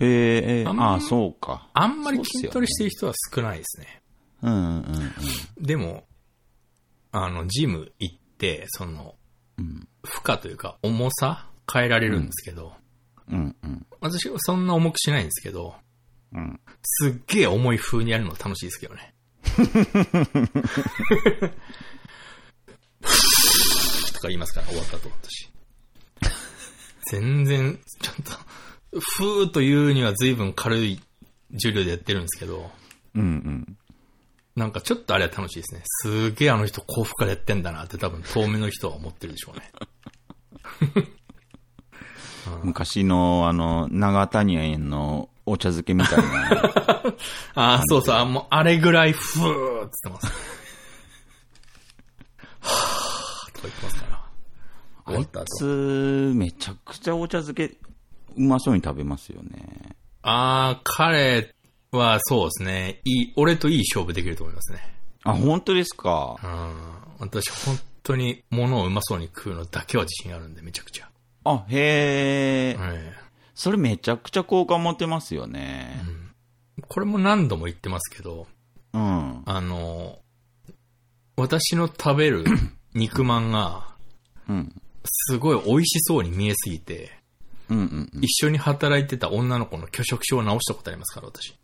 Speaker 2: えー、えー
Speaker 1: あん
Speaker 2: ああ、そうか。
Speaker 1: あんまり
Speaker 2: そうっすよね
Speaker 1: 筋トレしてる人は少ないですね。
Speaker 2: うんうんうん。
Speaker 1: でも、あの、ジム行って、その、
Speaker 2: うん
Speaker 1: 負荷というか重さ変えられるんですけど、
Speaker 2: うんうん。
Speaker 1: 私はそんな重くしないんですけど、
Speaker 2: うん。
Speaker 1: すっげえ重い風にやるの楽しいですけどね。 *laughs* とか言いますから、終わったと私。全然、ちゃんと、ふーというには随分軽い重量でやってるんですけど、
Speaker 2: うんうん。
Speaker 1: なんかちょっとあれは楽しいですね。すげえあの人高負荷でやってんだなって多分遠目の人は思ってるでしょうね。
Speaker 2: 昔の、あの、長谷園のお茶漬けみたいな。
Speaker 1: *laughs* ああ、
Speaker 2: *laughs*
Speaker 1: そうそうあ、もうあれぐらいふーって言ってます。はーとか言ってますから。終わった
Speaker 2: あい
Speaker 1: 後。
Speaker 2: つ、めちゃくちゃお茶漬け、うまそうに食べますよね。
Speaker 1: ああ、彼はそうですね。いい、俺といい勝負できると思いますね。
Speaker 2: あ、本当ですか
Speaker 1: う。ん。私本当に物をうまそうに食うのだけは自信あるんで、めちゃくちゃ。
Speaker 2: あ、へえ、
Speaker 1: え
Speaker 2: それめちゃくちゃ好感持てますよね。
Speaker 1: えこれも何度も言ってますけど、
Speaker 2: うん。
Speaker 1: あの、私の食べる肉まんが、
Speaker 2: うん。
Speaker 1: すごい美味しそうに見えすぎて、
Speaker 2: うんうんうん。
Speaker 1: 一緒に働いてた女の子の拒食症を治したことありますから、 *laughs* 私。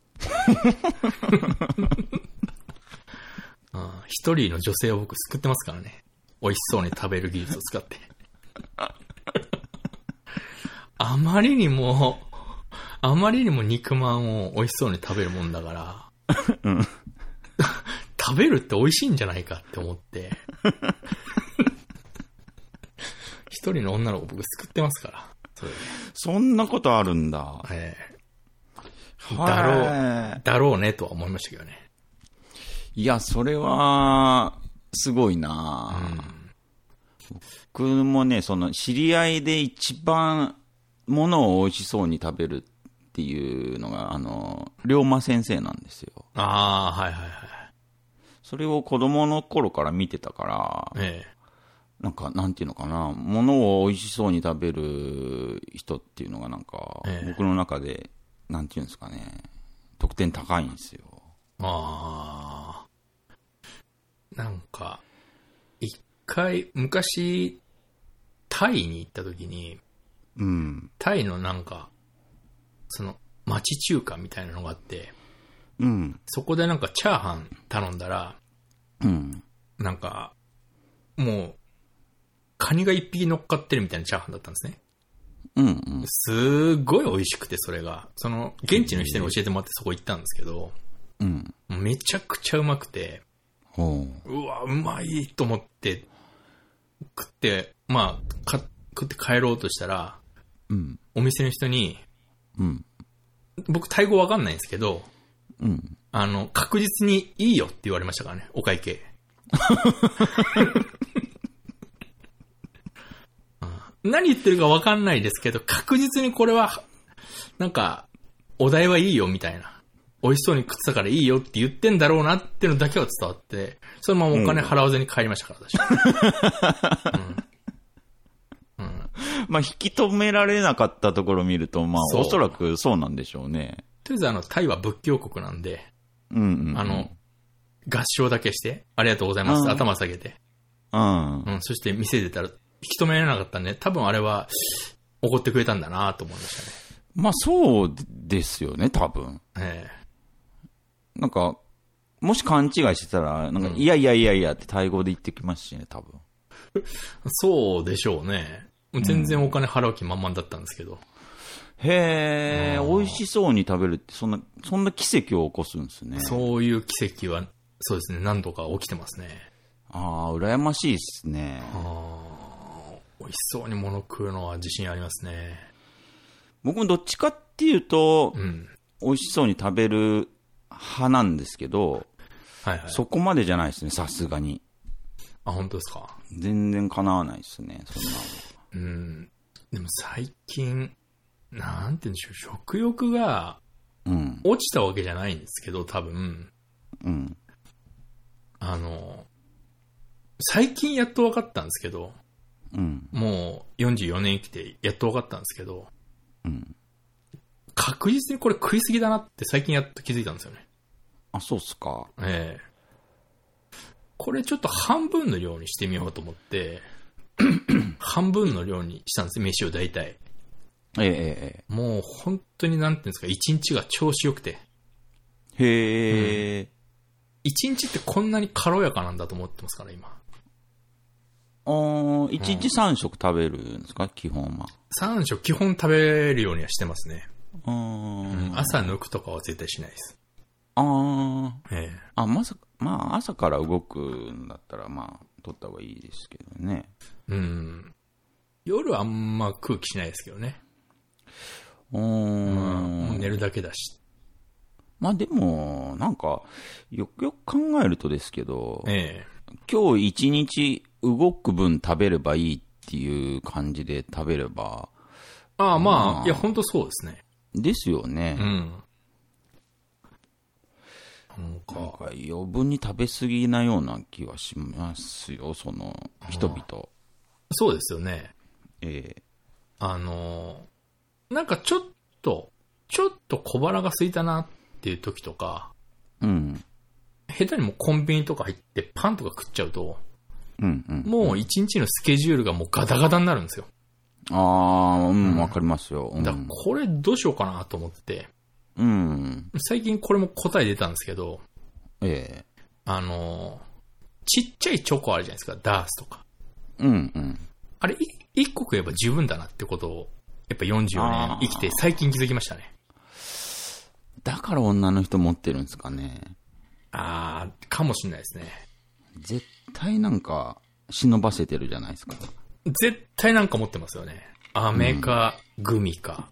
Speaker 1: ああ一人の女性を僕救ってますからね。美味しそうに食べる技術を使って。 *laughs* あまりにも、あまりにも肉まんを美味しそうに食べるもんだ *laughs* から、食べるって美味しいんじゃないかって思 *laughs* って、一人の女の子僕救ってますから、それで。
Speaker 2: そんなことあるんだ。
Speaker 1: ええだろう
Speaker 2: はろ
Speaker 1: だろうねとは思いましたけどね。
Speaker 2: い。いや、それは、すごいな、僕もね、その、知り合いで一番、ものを美味しそうに食べるっていうのが、あの、龍馬先生なんですよ。
Speaker 1: ああ、はいはいはい。
Speaker 2: それを子供の頃から見てたから、
Speaker 1: え
Speaker 2: なんか、なんていうのかな、ものを美味しそうに食べる人っていうのが、なんか、
Speaker 1: ええ
Speaker 2: 僕の中で、なんていうんですかね、得点高いんですよ。
Speaker 1: えああ。なんか、一回、昔、タイに行った時に、
Speaker 2: うん。
Speaker 1: タイのなんか、その、町中華みたいなのがあって、
Speaker 2: うん。
Speaker 1: そこでなんかチャーハン頼んだら、
Speaker 2: うん。
Speaker 1: なんか、もう、カニが一匹乗っかってるみたいなチャーハンだったんですね。
Speaker 2: うん。うん。
Speaker 1: すーごい美味しくて、それが。その、現地の人に教えてもらってそこ行ったんですけど、
Speaker 2: うん。
Speaker 1: めちゃくちゃうまくて、
Speaker 2: ほう。
Speaker 1: うわ、うまいと思って、食って、まあ、か食って帰ろうとしたら、
Speaker 2: うん。
Speaker 1: お店の人に、
Speaker 2: うん。
Speaker 1: 僕タイ語わかんないんですけど、
Speaker 2: うん。
Speaker 1: あの、確実にいいよって言われましたからね、お会計。 *laughs* あ何言ってるかわかんないですけど、確実にこれは、なんか、お題はいいよみたいな。美味しそうに食ってたからいいよって言ってんだろうなっていうのだけは伝わって、そのままお金払わずに帰りましたから、私。
Speaker 2: まあ、引き止められなかったところを見ると、まあ、
Speaker 1: そう
Speaker 2: おそらくそうなんでしょうね。
Speaker 1: とりあえず、あの、タイは仏教国なんで、
Speaker 2: うんうん。
Speaker 1: あの、合唱だけして、ありがとうございますって
Speaker 2: うん
Speaker 1: 頭下げて。
Speaker 2: うん。
Speaker 1: うん、そして店出たら、引き止められなかったんで、多分あれは、怒ってくれたんだなと思いまし
Speaker 2: まあ、そうですよね、多分。
Speaker 1: たね。え
Speaker 2: なんか、もし勘違いしてたら、なんか、
Speaker 1: うん
Speaker 2: いやいやいやいやってタイ語で言ってきますしね、多分。
Speaker 1: えそうでしょうね。全然お金払う気満々だったんですけど。
Speaker 2: へえ、
Speaker 1: うん
Speaker 2: 美味しそうに食べるって、そんな、そんな奇跡を起こすんですね。う。
Speaker 1: そういう奇跡は、そうですね、何度か起きてますね。
Speaker 2: ああ、羨ましいですね。
Speaker 1: あー美味しそうに物食うのは自信ありますね。
Speaker 2: 僕もどっちかっていうと
Speaker 1: う、ん。
Speaker 2: 美味しそうに食べる派なんですけど、
Speaker 1: はいはい。
Speaker 2: そこまでじゃないですね、さすがに。
Speaker 1: あ、本当ですか。
Speaker 2: 全然叶わないですね、そんな。
Speaker 1: うん。でも最近、なんて言うんでしょう、食欲が
Speaker 2: うん、
Speaker 1: 落ちたわけじゃないんですけど、多分。
Speaker 2: うん、
Speaker 1: あの、最近やっと分かったんですけど、
Speaker 2: うん、
Speaker 1: もう44年生きてやっと分かったんですけど、
Speaker 2: うん。
Speaker 1: 確実にこれ食いすぎだなって最近やっと気づいたんですよね。
Speaker 2: あ、そうっすか。
Speaker 1: ええこれちょっと半分の量にしてみようと思 *clears throat* って、半分の量にしたんです、飯を大体。
Speaker 2: ええええ
Speaker 1: もう本当になんていうんですか、一日が調子良くて。
Speaker 2: ええ。へえ。
Speaker 1: 一日ってこんなに軽やかなんだと思ってますから、今。
Speaker 2: あー一日三食食べるんですか基本は。
Speaker 1: 3食基本食べるようにはしてますね。
Speaker 2: う
Speaker 1: うん
Speaker 2: ん。あ
Speaker 1: 朝抜くとかは絶対しないです。
Speaker 2: あ。
Speaker 1: ええ
Speaker 2: あ、まさか、まあ、朝から動くんだったら、まあ、取った方がいいですけどね。
Speaker 1: うん。夜はあんま空気しないですけどね。
Speaker 2: うー。
Speaker 1: もうん寝るだけだし。
Speaker 2: まあでも、なんか、よくよく考えるとですけど、
Speaker 1: ええ
Speaker 2: 今日一日動く分食べればいいっていう感じで食べれば、
Speaker 1: ああ、まあ、
Speaker 2: うん
Speaker 1: いや、本当そうですね。
Speaker 2: ですよ
Speaker 1: う
Speaker 2: ね。
Speaker 1: ん。なん
Speaker 2: な
Speaker 1: か
Speaker 2: ん、か余分に食べ過ぎなような気はしますよ、その人々。
Speaker 1: そうですよね。
Speaker 2: ええ
Speaker 1: あのー、なんかちょっと、ちょっと小腹が空いたなっていう時とか、
Speaker 2: うん。
Speaker 1: 下手にもうコンビニとか入ってパンとか食っちゃうと、
Speaker 2: うんうん。
Speaker 1: もう一日のスケジュールがもうガタガタになるんですよ。
Speaker 2: ああ、うん、わかりますよ。う
Speaker 1: だから
Speaker 2: ん。
Speaker 1: これどうしようかなと思って、
Speaker 2: うん。
Speaker 1: 最近これも答え出たんですけど、
Speaker 2: え
Speaker 1: あのー、ちっちゃいチョコあるじゃないですか、ダースとか。
Speaker 2: えうんうん。
Speaker 1: あれ、い一個食えば十分だなってことを、やっぱ44
Speaker 2: あー
Speaker 1: 年生きて最近気づきましたね。
Speaker 2: だから女の人持ってるんですかね。
Speaker 1: あー、かもしんないですね。
Speaker 2: 絶対なんか、忍ばせてるじゃないですか。
Speaker 1: 絶対なんか持ってますよね。飴か、グミか。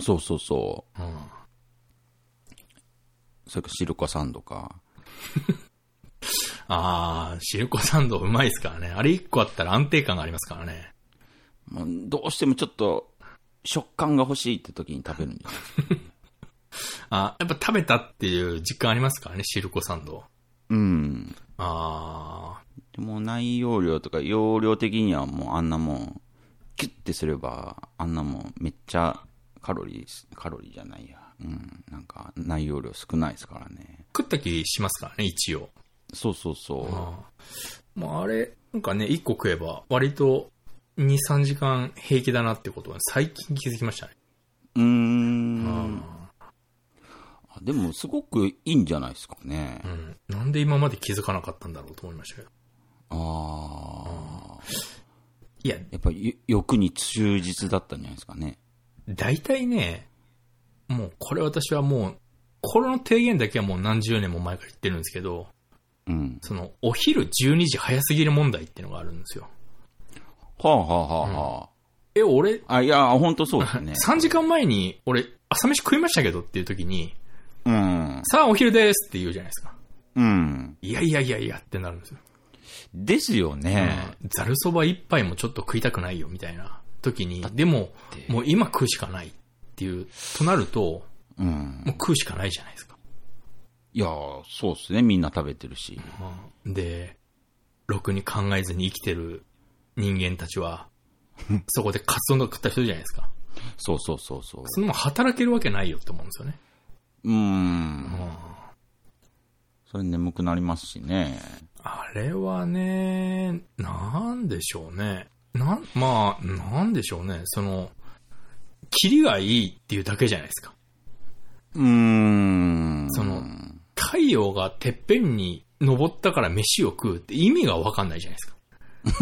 Speaker 2: そうそうそ
Speaker 1: うん。
Speaker 2: う。それかシルカサンドか。
Speaker 1: あー、シルコサンドうまいですからね。あれ一個あったら安定感がありますからね。
Speaker 2: もうどうしてもちょっと、食感が欲しいって時に食べるんじゃない
Speaker 1: あやっぱ食べたっていう実感ありますからね、シルコサンド。
Speaker 2: うん。
Speaker 1: あ
Speaker 2: でも内容量とか容量的にはもうあんなもん、キュッてすれば、あんなもんめっちゃカロリー、カロリーじゃないや。うん。なんか内容量少ないですからね。
Speaker 1: ー、食った気しますからね、一応。
Speaker 2: そうそうそ
Speaker 1: あーまあ、あれ、なんかね、一個食えば割と2、3時間平気だなってことは最近気づきましたね。
Speaker 2: う。うーん。
Speaker 1: あ
Speaker 2: あでもすごくいいんじゃないですかね。
Speaker 1: ーうん。なんで今まで気づかなかったんだろうと思いましたけど。
Speaker 2: ああ、
Speaker 1: いや、
Speaker 2: やっぱり欲に忠実だったんじゃないですかね。
Speaker 1: 大体ね、もうこれ私はもう、これの提言だけはもう何十年も前から言ってるんですけど、
Speaker 2: うん。
Speaker 1: その、お昼12時早すぎる問題っていうのがあるんですよ。
Speaker 2: はあはあはあは
Speaker 1: え、俺、
Speaker 2: あ。あ、いや、本当そうですね。
Speaker 1: 3時間前に、俺、朝飯食いましたけどっていう時に、
Speaker 2: うん。
Speaker 1: さあお昼ですって言うじゃないですか。
Speaker 2: うん。
Speaker 1: いやいやいやいやってなるんですよ。
Speaker 2: ですよね。
Speaker 1: うんざるそば一杯もちょっと食いたくないよみたいな時に、でも、もう今食うしかないっていう、となると、
Speaker 2: うん。
Speaker 1: もう食うしかないじゃないですか。
Speaker 2: いや、そうですね。みんな食べてるし。
Speaker 1: で、ろくに考えずに生きてる人間たち *laughs* は、そこでカツ丼とか食った人じゃないですか。
Speaker 2: そうそうそうそう。
Speaker 1: そのまま働けるわけないよって思うんですよね。
Speaker 2: うーん。
Speaker 1: あ
Speaker 2: それ眠くなりますしね。
Speaker 1: れはね、なんでしょうね。なん、まあ、なんでしょうね。その、キリがいいっていうだけじゃないですか。
Speaker 2: うーん。
Speaker 1: その太陽がてっぺんに登ったから飯を食うって意味がわかんないじゃないですか。 *laughs*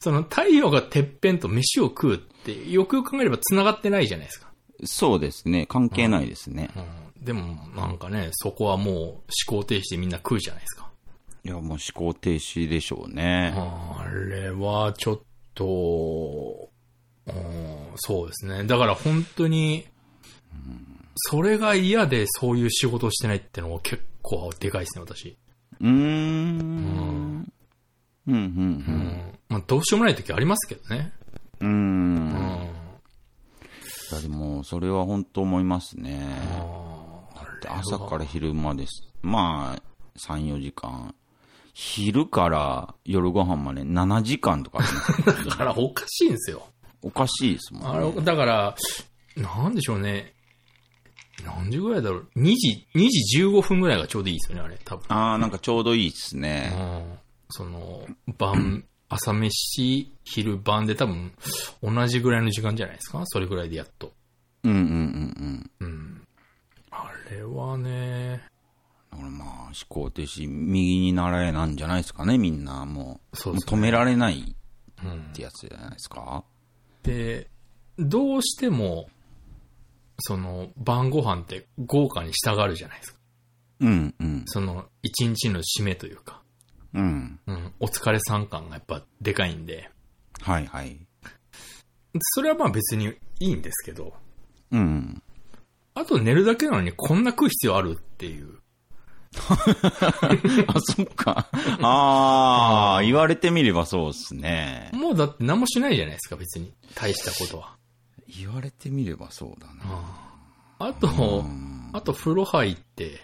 Speaker 1: その太陽がてっぺんと飯を食うってよくよく考えれば繋がってないじゃないですか。
Speaker 2: そうですね。関係ないですね。
Speaker 1: うん、でもなんかね、そこはもう思考停止でみんな食うじゃないですか。
Speaker 2: いや、もう思考停止でしょうね。
Speaker 1: あれはちょっと、うん、そうですね。だから本当に、それが嫌でそういう仕事をしてないってのは結構でかいですね、私。
Speaker 2: うーん。うん、うん、うん。
Speaker 1: うんまあ、どうしようもない時ありますけどね。
Speaker 2: うー。
Speaker 1: うんん。
Speaker 2: いやでも、それは本当思いますね。
Speaker 1: あ
Speaker 2: だって朝から昼まです。まあ、3、4時間。昼から夜ご飯まで7時間とかありま
Speaker 1: *laughs*
Speaker 2: す
Speaker 1: だからおかしいんですよ。
Speaker 2: おかしいですも
Speaker 1: あ
Speaker 2: ん、
Speaker 1: れ
Speaker 2: ね。、
Speaker 1: だから、なんでしょうね。何時ぐらいだろう。2時、2時15分ぐらいがちょうどいいですよね、あれ、多分。
Speaker 2: ああ、なんかちょうどいいですね。
Speaker 1: うんその、晩、 *clears throat* 朝飯、昼晩で多分、同じぐらいの時間じゃないですかそれぐらいでやっと。
Speaker 2: うんうんうん
Speaker 1: うん。あれはね、
Speaker 2: うん。だからまあ、思考停止、右になれなんじゃないですかね、みんな。もう、
Speaker 1: そうですね
Speaker 2: もう止められない
Speaker 1: うん
Speaker 2: っ。てやつじゃないですか。
Speaker 1: で、どうしても、その、晩ご飯って豪華に従うじゃないですか。
Speaker 2: うんうん。
Speaker 1: その、一日の締めというか、
Speaker 2: うん。
Speaker 1: うん、お疲れ参観がやっぱでかいんで、
Speaker 2: はいはい。
Speaker 1: それはまあ別にいいんですけど、 *laughs*
Speaker 2: うん。
Speaker 1: あと寝るだけなのにこんな食う必要あるっていう。
Speaker 2: あ、そっ
Speaker 1: *laughs*
Speaker 2: か。ああ、言われてみればそうですね。
Speaker 1: もうだって何もしないじゃないですか、別に。大したことは。
Speaker 2: 言われてみればそうだな。
Speaker 1: あと、あと風呂入って、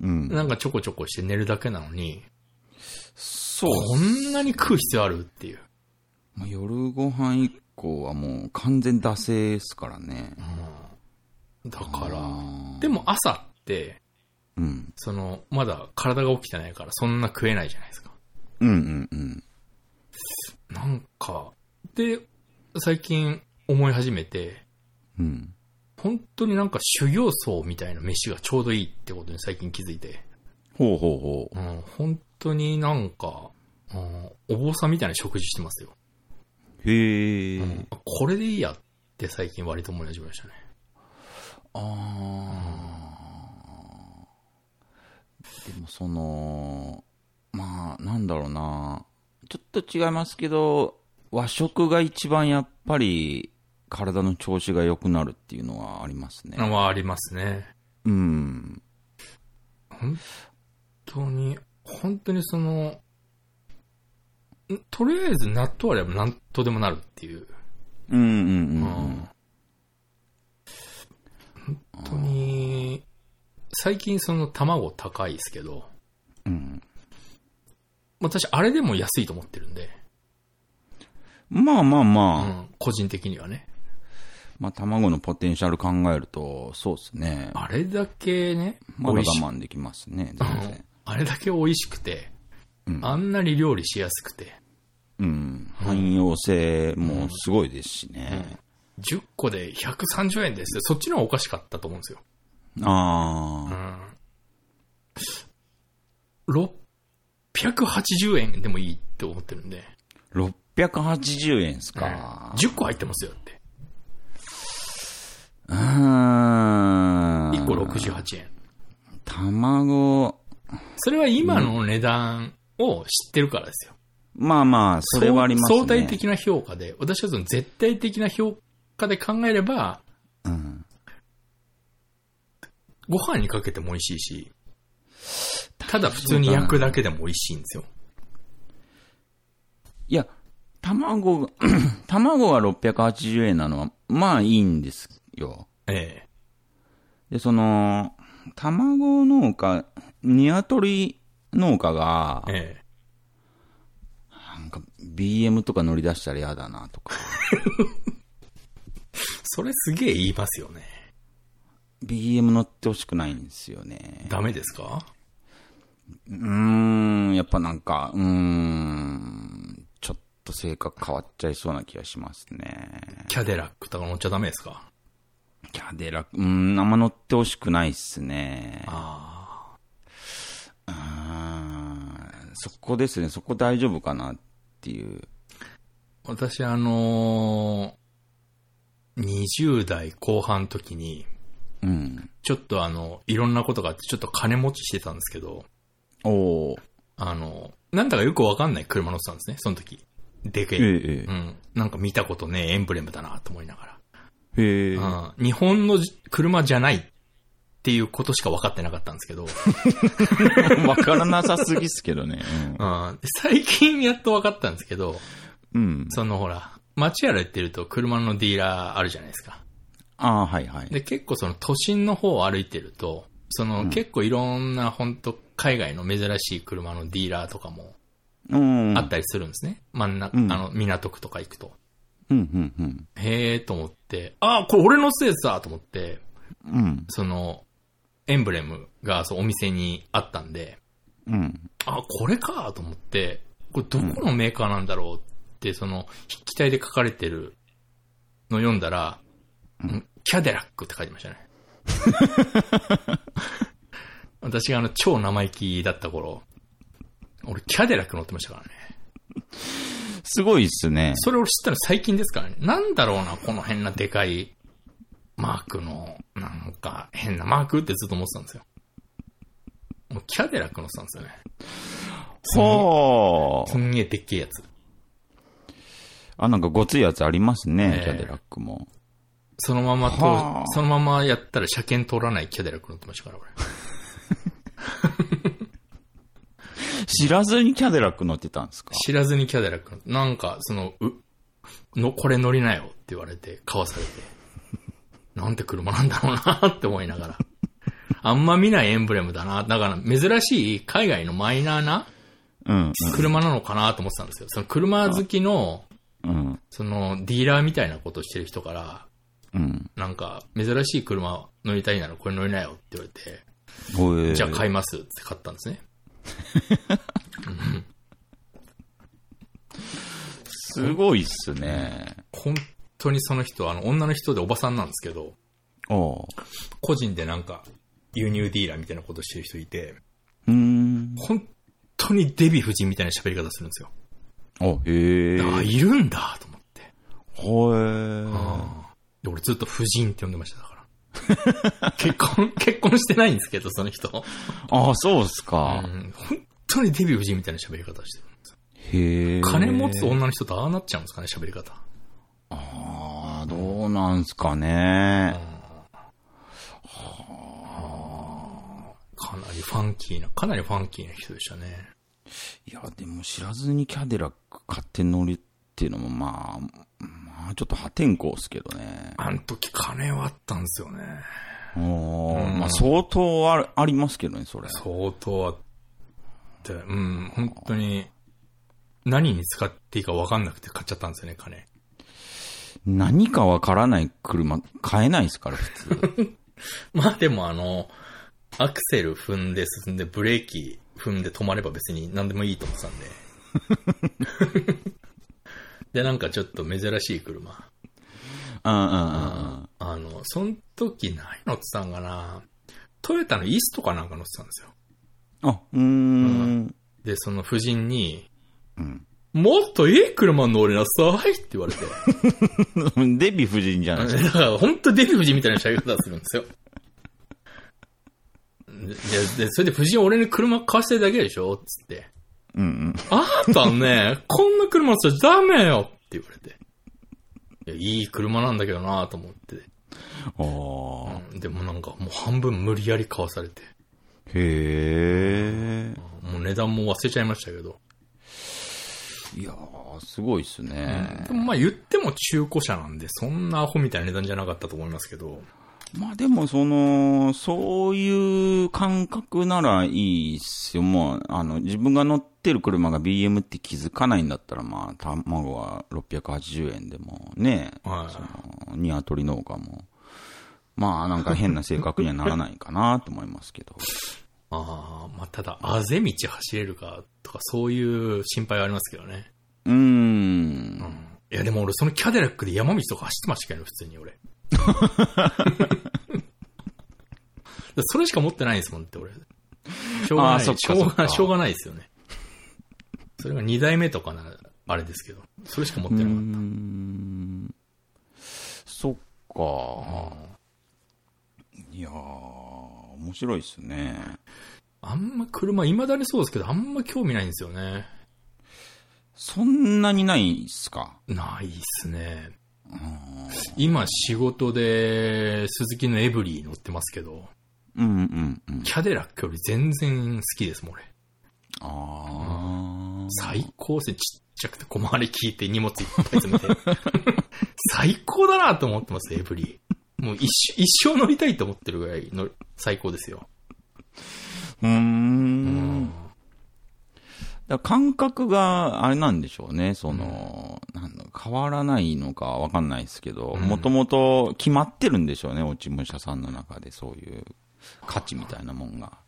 Speaker 2: うん。
Speaker 1: なんかちょこちょこして寝るだけなのに、
Speaker 2: そうっす
Speaker 1: こんなに食う必要あるっていう。
Speaker 2: まあ、夜ご飯以降はもう完全惰性ですからね。
Speaker 1: だか
Speaker 2: あ
Speaker 1: ら、
Speaker 2: ー
Speaker 1: で、も朝って、
Speaker 2: うん。
Speaker 1: その、まだ体が起きてないからそんな食えないじゃないですか。
Speaker 2: うんうんうん。
Speaker 1: なんか、で、最近思い始めて、
Speaker 2: うん。
Speaker 1: 本当になんか修行僧みたいな飯がちょうどいいってことに最近気づいて。
Speaker 2: ほうほうほう。
Speaker 1: うん、本当になんか、うん、お坊さんみたいな食事してますよ。
Speaker 2: へえ、
Speaker 1: あこれでいいやって最近割と思い始めましたね。
Speaker 2: あーでもその、まあ、なんだろうな。ちょっと違いますけど、和食が一番やっぱり体の調子が良くなるっていうのはありますね。
Speaker 1: はありますね。
Speaker 2: うん。
Speaker 1: 本当に、本当にその、んとりあえず納豆あれば何とでもなるっていう。
Speaker 2: うんうんう。
Speaker 1: うん本当に、最近その卵高いですけど、
Speaker 2: うん
Speaker 1: 私あれでも安いと思ってるんで、
Speaker 2: まあまあま
Speaker 1: う
Speaker 2: あ、
Speaker 1: ん、個人的にはね。
Speaker 2: まあ卵のポテンシャル考えると、そうですね。
Speaker 1: あれだけね、
Speaker 2: まだ
Speaker 1: 美
Speaker 2: 我
Speaker 1: 味し
Speaker 2: 慢できますね、全然。
Speaker 1: あれだけ美味しくて、
Speaker 2: うん
Speaker 1: あんなに料理しやすくて、
Speaker 2: うん。汎用性もすごいですしね。
Speaker 1: 10個で130円ですってそっちの方がおかしかったと思うんですよ。う
Speaker 2: あ
Speaker 1: ん。680円でもいいって思ってるんで、
Speaker 2: あ、680円です
Speaker 1: うん
Speaker 2: か。
Speaker 1: 10個入ってますよって。
Speaker 2: うーん。
Speaker 1: 1個68円。
Speaker 2: 卵、
Speaker 1: それは今の値段を知ってるからですよ。
Speaker 2: まあまあ、それはありますね。
Speaker 1: 相対的な評価で、私はその絶対的な評価で考えれば、
Speaker 2: うん。
Speaker 1: ご飯にかけても美味しいし、ただ普通に焼くだけでも美味しいんですよ。
Speaker 2: いや、卵が、 *clears throat* 卵が680円なのは、まあいいんですよ。
Speaker 1: え
Speaker 2: で、その、卵農家、鶏農家が
Speaker 1: え、、ええ。
Speaker 2: なんか BM とか乗り出したら嫌だなとか、
Speaker 1: それすげえ言いますよね。
Speaker 2: BM 乗ってほしくないんですよね。
Speaker 1: ダメですか
Speaker 2: うーん、やっぱなんか、うーん、ちょっと性格変わっちゃいそうな気がしますね。
Speaker 1: キャデラックとか乗っちゃダメですか
Speaker 2: キャデラ、うーん、あんま乗ってほしくないっすね。
Speaker 1: ああ。
Speaker 2: うーん、そこですね、そこ大丈夫かなっていう。
Speaker 1: 私あのー、20代後半の時に、
Speaker 2: うん。
Speaker 1: ちょっとあの、いろんなことがあって、ちょっと金持ちしてたんですけど、
Speaker 2: おー
Speaker 1: あの、なんだかよくわかんない車乗ってたんですね、その時。でけ
Speaker 2: え
Speaker 1: え。
Speaker 2: え
Speaker 1: うん。なんか見たことねえエンブレムだなと思いながら。
Speaker 2: ええ。へえ。
Speaker 1: うん、日本のじ車じゃないっていうことしか分かってなかったんですけど、
Speaker 2: *laughs* わからなさすぎっすけどね。
Speaker 1: うん、最近やっと分かったんですけど、
Speaker 2: うん。うん、
Speaker 1: そのほら、街歩いてると車のディーラーあるじゃないですか。
Speaker 2: ああ、はいはい。
Speaker 1: で、結構その都心の方を歩いてると、その結構いろんな本当海外の珍しい車のディーラーとかも
Speaker 2: うん。
Speaker 1: あったりするんですね。真ん中、
Speaker 2: うん
Speaker 1: あの港区とか行くと。
Speaker 2: うんうんうん、うん、
Speaker 1: へえーと思って、ああ、これ俺のせいだと思って、
Speaker 2: うん。うん、
Speaker 1: その、エンブレムがそうお店にあったんで、
Speaker 2: うん。
Speaker 1: あ、これかと思って、これどこのメーカーなんだろうって、その、筆記体で書かれてるの読んだら、うんキャデラックって書いてま
Speaker 2: *laughs*
Speaker 1: したね。私があの、超生意気だった頃、俺キャデラック乗ってましたからね。
Speaker 2: すごいっすね。
Speaker 1: それ俺知ったの最近ですからね。なんだろうな、この変なでかいマークの、なんか変なマークってずっと思ってたんですよ。もうキャデラック乗ってたんですよね。
Speaker 2: ほ
Speaker 1: す
Speaker 2: う。
Speaker 1: んげえでっけえやつ。
Speaker 2: あ、なんかごついやつありますね
Speaker 1: え、え
Speaker 2: キャデラックも。
Speaker 1: そのまま
Speaker 2: は
Speaker 1: と
Speaker 2: あ、
Speaker 1: そのままやったら車検取らないキャデラック乗ってましたから、俺。
Speaker 2: 知らずにキャデラック乗ってたんですか
Speaker 1: 知らずにキャデラック乗ってなんか、その、う、の、これ乗りなよって言われて、買わされて。なんて車なんだろうなって思いながら。あんま見ないエンブレムだな。だから、珍しい海外のマイナーな
Speaker 2: うん、
Speaker 1: 車なのかなと思ってたんですよ。その車好きの、
Speaker 2: うん、うん、
Speaker 1: その、ディーラーみたいなことしてる人から、
Speaker 2: うん。
Speaker 1: なんか、珍しい車乗りたいならこれ乗りなよって言われて、
Speaker 2: ほえ
Speaker 1: じゃあ買いますって買ったんですね。
Speaker 2: すごいっすね。
Speaker 1: 本当にその人、あの、女の人でおばさんなんですけど、
Speaker 2: おう。
Speaker 1: 個人でなんか、輸入ディーラーみたいなことしてる人いて、
Speaker 2: うーん。
Speaker 1: 本当にデヴィ夫人みたいな喋り方するんですよ。
Speaker 2: お、へえ。
Speaker 1: ああ、いるんだと思って。
Speaker 2: ほえ。
Speaker 1: あーで俺ずっと夫人って呼んでました、だから。 *laughs* 結婚、結婚してないんですけど、その人。
Speaker 2: あ、そうっす
Speaker 1: う
Speaker 2: か。
Speaker 1: ん本当にデヴィ夫人みたいな喋り方してる。
Speaker 2: へえ。
Speaker 1: 金持つ女の人とああなっちゃうんですかね、喋り方。
Speaker 2: ああ、どうなんすかね。
Speaker 1: かなりファンキーな、かなりファンキーな人でしたね。
Speaker 2: いや、でも知らずにキャデラック買って乗るっていうのも、まあ、まあ、ちょっと破天荒っすけどね。
Speaker 1: あの時金はあったんですよね。
Speaker 2: おーまあ、相当あるありますけどね、それ。
Speaker 1: 相当あって、うん、本当に、何に使っていいか分かんなくて買っちゃったんですよね、金。
Speaker 2: 何かわからない車、買えないですから、普 *laughs* 通。
Speaker 1: まあでもあの、アクセル踏んで進んで、ブレーキ踏んで止まれば別に何でもいいと思ってたんで。 *laughs* で、なんかちょっと珍しい車。
Speaker 2: うんうんうんうん。
Speaker 1: あの、その時何乗ってたんかなトヨタのイーストかなんか乗ってたんですよ。
Speaker 2: あ、うーん。
Speaker 1: で、その夫人に、
Speaker 2: うん
Speaker 1: もっといい車乗りなさいって言われて。
Speaker 2: デヴィ夫人じゃないですか。
Speaker 1: だから、本当デヴィ夫人みたいな喋り方するんですよ。で、でそれで夫人俺に車買わせてるだけでしょつって。
Speaker 2: うんうん。
Speaker 1: あなたね、こんな車乗っちゃダメよって言われて。いや、いい車なんだけどなと思って。
Speaker 2: ああ。
Speaker 1: うんでもなんか、もう半分無理やり買わされて。
Speaker 2: へえ。
Speaker 1: もう値段も忘れちゃいましたけど。
Speaker 2: いやー、すごいっすね
Speaker 1: で。もまあ言っても中古車なんで、そんなアホみたいな値段じゃなかったと思いますけど。
Speaker 2: まあでも、その、そういう感覚ならいいっすよ。もう、あの、自分が乗ってる車が BM って気づかないんだったら、まあ、卵は680円でも、ね、
Speaker 1: はい
Speaker 2: その、ニワトリ農家も、まあ、なんか変な性格にはならないかなと思いますけど。
Speaker 1: ああ、まあただ、あぜ道走れるかとか、そういう心配はありますけどね。
Speaker 2: うーん。
Speaker 1: いや、でも俺、そのキャデラックで山道とか走ってましたけどね、普通に
Speaker 2: *laughs*
Speaker 1: 俺。それしか持ってないですもんって、俺。しょうがな
Speaker 2: あー
Speaker 1: い。
Speaker 2: そっか
Speaker 1: しょう
Speaker 2: そっか
Speaker 1: がしょうがないですよね。それが2代目とかなら、あれですけど。それしか持っ
Speaker 2: う
Speaker 1: て
Speaker 2: ー
Speaker 1: なかっ
Speaker 2: ん。そっか。いやー、面白いっすね。
Speaker 1: た。あんま車、未だにそうですけど、あんま興味ないんですよね。
Speaker 2: そんなにないっすか
Speaker 1: ないっすね。今、仕事で、鈴木のエブリィ乗ってますけど、
Speaker 2: うんうんうん。
Speaker 1: キャデラックより全然好きですもん、俺。
Speaker 2: ああ。
Speaker 1: 最高ですね。ちっちゃくて小回り聞いて荷物いっぱい詰めて。 *laughs* 最高だなと思ってます、エブリィ。もう一生、一生乗りたいと思ってるぐらいの、最高ですよ。
Speaker 2: うーん。だから感覚があれなんでしょうね、その、なんだ変わらないのかわかんないですけど、
Speaker 1: うん
Speaker 2: もともと決まってるんでしょうね、落ち武者さんの中でそういう価値みたいなもんが。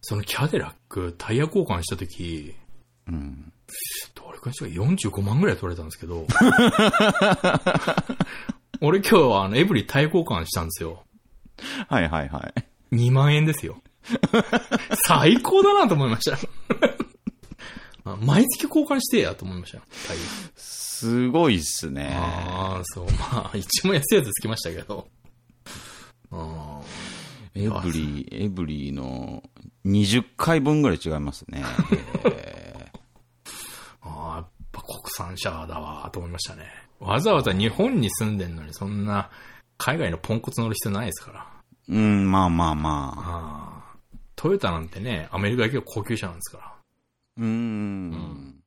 Speaker 1: そのキャデラック、タイヤ交換した時、
Speaker 2: うん。
Speaker 1: どれくらいしたか45万ぐらい取れたんですけど。俺今日はあの、エブリタイヤ交換したんですよ。
Speaker 2: はいはいはい。
Speaker 1: 2万円ですよ。最高だなと思いました。 *laughs* あ毎月交換してやと思いましたよ。タイヤ
Speaker 2: すごいっすね。
Speaker 1: ああ、そう、まあ、一番安いやつつきましたけど。あ
Speaker 2: エブリー、エブリーの20回分ぐらい違います *laughs* ね。えー
Speaker 1: ーあー、やっぱ国産車だわーと思いましたね。わざわざ日本に住んでんのに、そんな、海外のポンコツ乗る必要ないですから。
Speaker 2: うん、まあまあまあ。
Speaker 1: ああ。トヨタなんてね、アメリカ行けば高級車なんですから。
Speaker 2: うん。
Speaker 1: ん